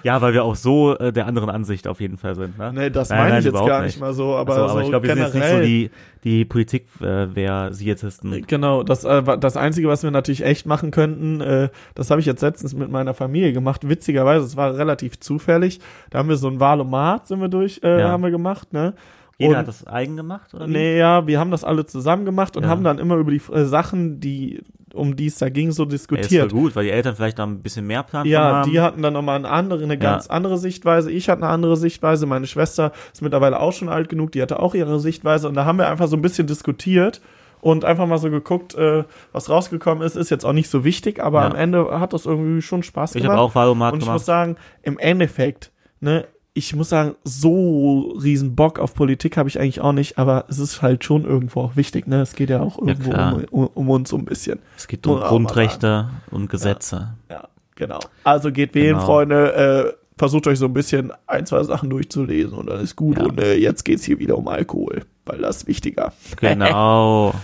Ja, weil wir auch so äh, der anderen Ansicht auf jeden Fall sind. Ne? Nee, das Nein, meine nein, ich jetzt überhaupt gar nicht mal so, aber, Ach so, aber so ich glaube, wir sind generell. jetzt nicht so die, die Politik-Versiertesten. Genau, das, äh, wa- das Einzige, was wir natürlich echt machen könnten, äh, das habe ich jetzt letztens mit meiner Familie gemacht, witzigerweise, es war relativ zufällig, da haben wir so ein Wahlomat, sind wir durch, äh, Ja. haben wir gemacht, ne? Jeder Und- hat das eigen gemacht, oder? wie? Nee, ja, wir haben das alle zusammen gemacht und Ja. haben dann immer über die äh, Sachen, die um die es da ging, so Ey, ist voll diskutiert. gut, weil die Eltern vielleicht noch ein bisschen mehr Plan von Ja, haben. die hatten dann nochmal eine andere, eine ganz andere Sichtweise. Ich hatte eine andere Sichtweise. Meine Schwester ist mittlerweile auch schon alt genug. Die hatte auch ihre Sichtweise. Und da haben wir einfach so ein bisschen diskutiert und einfach mal so geguckt, äh, was rausgekommen ist. Ist jetzt auch nicht so wichtig, aber Ja. am Ende hat das irgendwie schon Spaß ich gemacht. habe auch Wahlomat Und ich muss gemacht. sagen, im Endeffekt, ne, ich muss sagen, so riesen Bock auf Politik habe ich eigentlich auch nicht, aber es ist halt schon irgendwo auch wichtig, ne? Es geht ja auch irgendwo klar. um, um, um uns so ein bisschen. Es geht um Muss auch mal Grundrechte und Gesetze. Ja, genau. Also geht wählen, Genau. Freunde, äh, versucht euch so ein bisschen ein, zwei Sachen durchzulesen und dann ist gut. Ja. Und äh, jetzt geht's hier wieder um Alkohol, weil das ist wichtiger. Genau.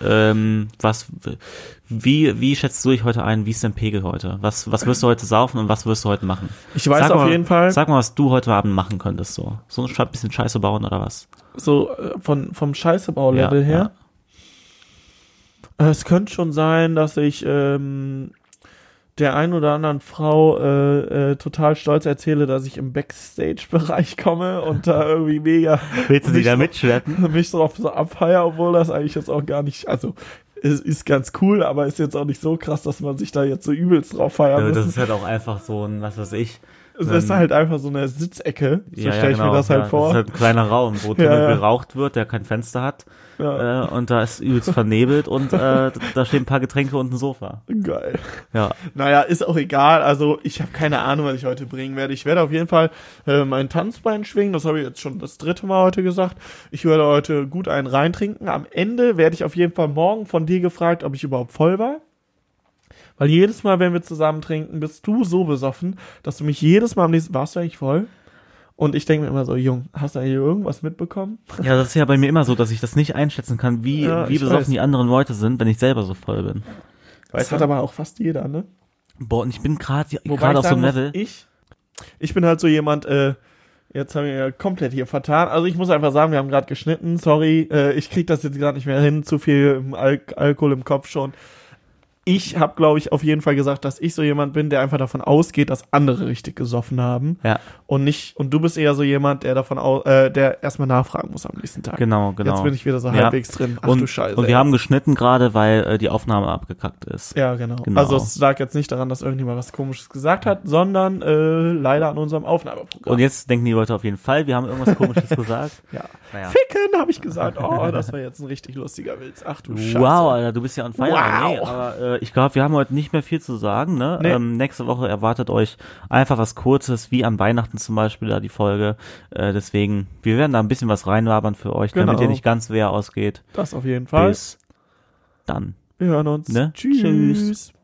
ähm, was, wie, wie schätzt du dich heute ein? Wie ist dein Pegel heute? Was, was wirst du heute saufen und was wirst du heute machen? Ich weiß Sag auf mal, jeden Fall, Sag mal, was du heute Abend machen könntest, so. So ein Sch- bisschen Scheiße bauen oder was? so äh, von, vom Scheißebau-Level Ja, her. Äh, Es könnte schon sein, dass ich ähm, der einen oder anderen Frau äh, äh, total stolz erzähle, dass ich im Backstage-Bereich komme und da irgendwie mega Willst du die da mitschleppen? mich drauf so abfeier, obwohl das eigentlich jetzt auch gar nicht, also es ist ganz cool, aber ist jetzt auch nicht so krass, dass man sich da jetzt so übelst drauf feiern das muss. ist halt auch einfach so ein, was weiß ich. Es ist ähm, halt einfach so eine Sitzecke, so stelle ich mir das halt ja, vor. Das ist halt ein kleiner Raum, wo drin Ja, ja. geraucht wird, der kein Fenster hat. ja, Äh, und da ist übelst vernebelt und äh, da stehen ein paar Getränke und ein Sofa. geil. Ja. Naja, ist auch egal, also ich habe keine Ahnung, was ich heute bringen werde. Ich werde auf jeden Fall äh, mein Tanzbein schwingen, das habe ich jetzt schon das dritte Mal heute gesagt. Ich werde heute gut einen reintrinken. Am Ende werde ich auf jeden Fall morgen von dir gefragt, ob ich überhaupt voll war. Weil jedes Mal, wenn wir zusammen trinken, bist du so besoffen, dass du mich jedes Mal am nächsten warst du eigentlich voll? Und ich denke mir immer so, Jung, hast du eigentlich irgendwas mitbekommen? Ja, das ist ja bei mir immer so, dass ich das nicht einschätzen kann, wie, Ja, wie ich besoffen weiß. die anderen Leute sind, wenn ich selber so voll bin. das hat aber auch fast jeder, ne? Boah, und ich bin gerade Wobei gerade ich auf so sagen einem muss, Level. Ich, ich bin halt so jemand, äh, jetzt haben wir ja komplett hier vertan. Also ich muss einfach sagen, wir haben gerade geschnitten, sorry, äh, ich krieg das jetzt gerade nicht mehr hin, zu viel im Al Alkohol im Kopf schon. Ich habe, glaube ich, auf jeden Fall gesagt, dass ich so jemand bin, der einfach davon ausgeht, dass andere richtig gesoffen haben Ja, und nicht. Und du bist eher so jemand, der davon aus, äh, der erstmal nachfragen muss am nächsten Tag. genau, genau. Jetzt bin ich wieder so Ja. halbwegs drin. Ach und, du Scheiße. Und ey. wir haben geschnitten gerade, weil äh, die Aufnahme abgekackt ist. Ja, genau. Genau. Also es lag jetzt nicht daran, dass irgendjemand was Komisches gesagt hat, sondern äh, leider an unserem Aufnahmeprogramm. Und jetzt denken die Leute auf jeden Fall, wir haben irgendwas komisches gesagt. ja. Naja. Ficken, habe ich gesagt. Oh, das war jetzt ein richtig lustiger Witz. Ach du Scheiße. Wow, Alter, du bist ja on fire. Wow. Nee, aber äh, ich glaube, wir haben heute nicht mehr viel zu sagen. Ne? Nee. Ähm, nächste Woche erwartet euch einfach was Kurzes, wie an Weihnachten zum Beispiel da die Folge. Äh, deswegen, wir werden da ein bisschen was reinwabern für euch, damit Genau. ihr nicht ganz leer ausgeht. Das auf jeden Fall. Bis dann. Wir hören uns. Ne? Tschüss. Tschüss.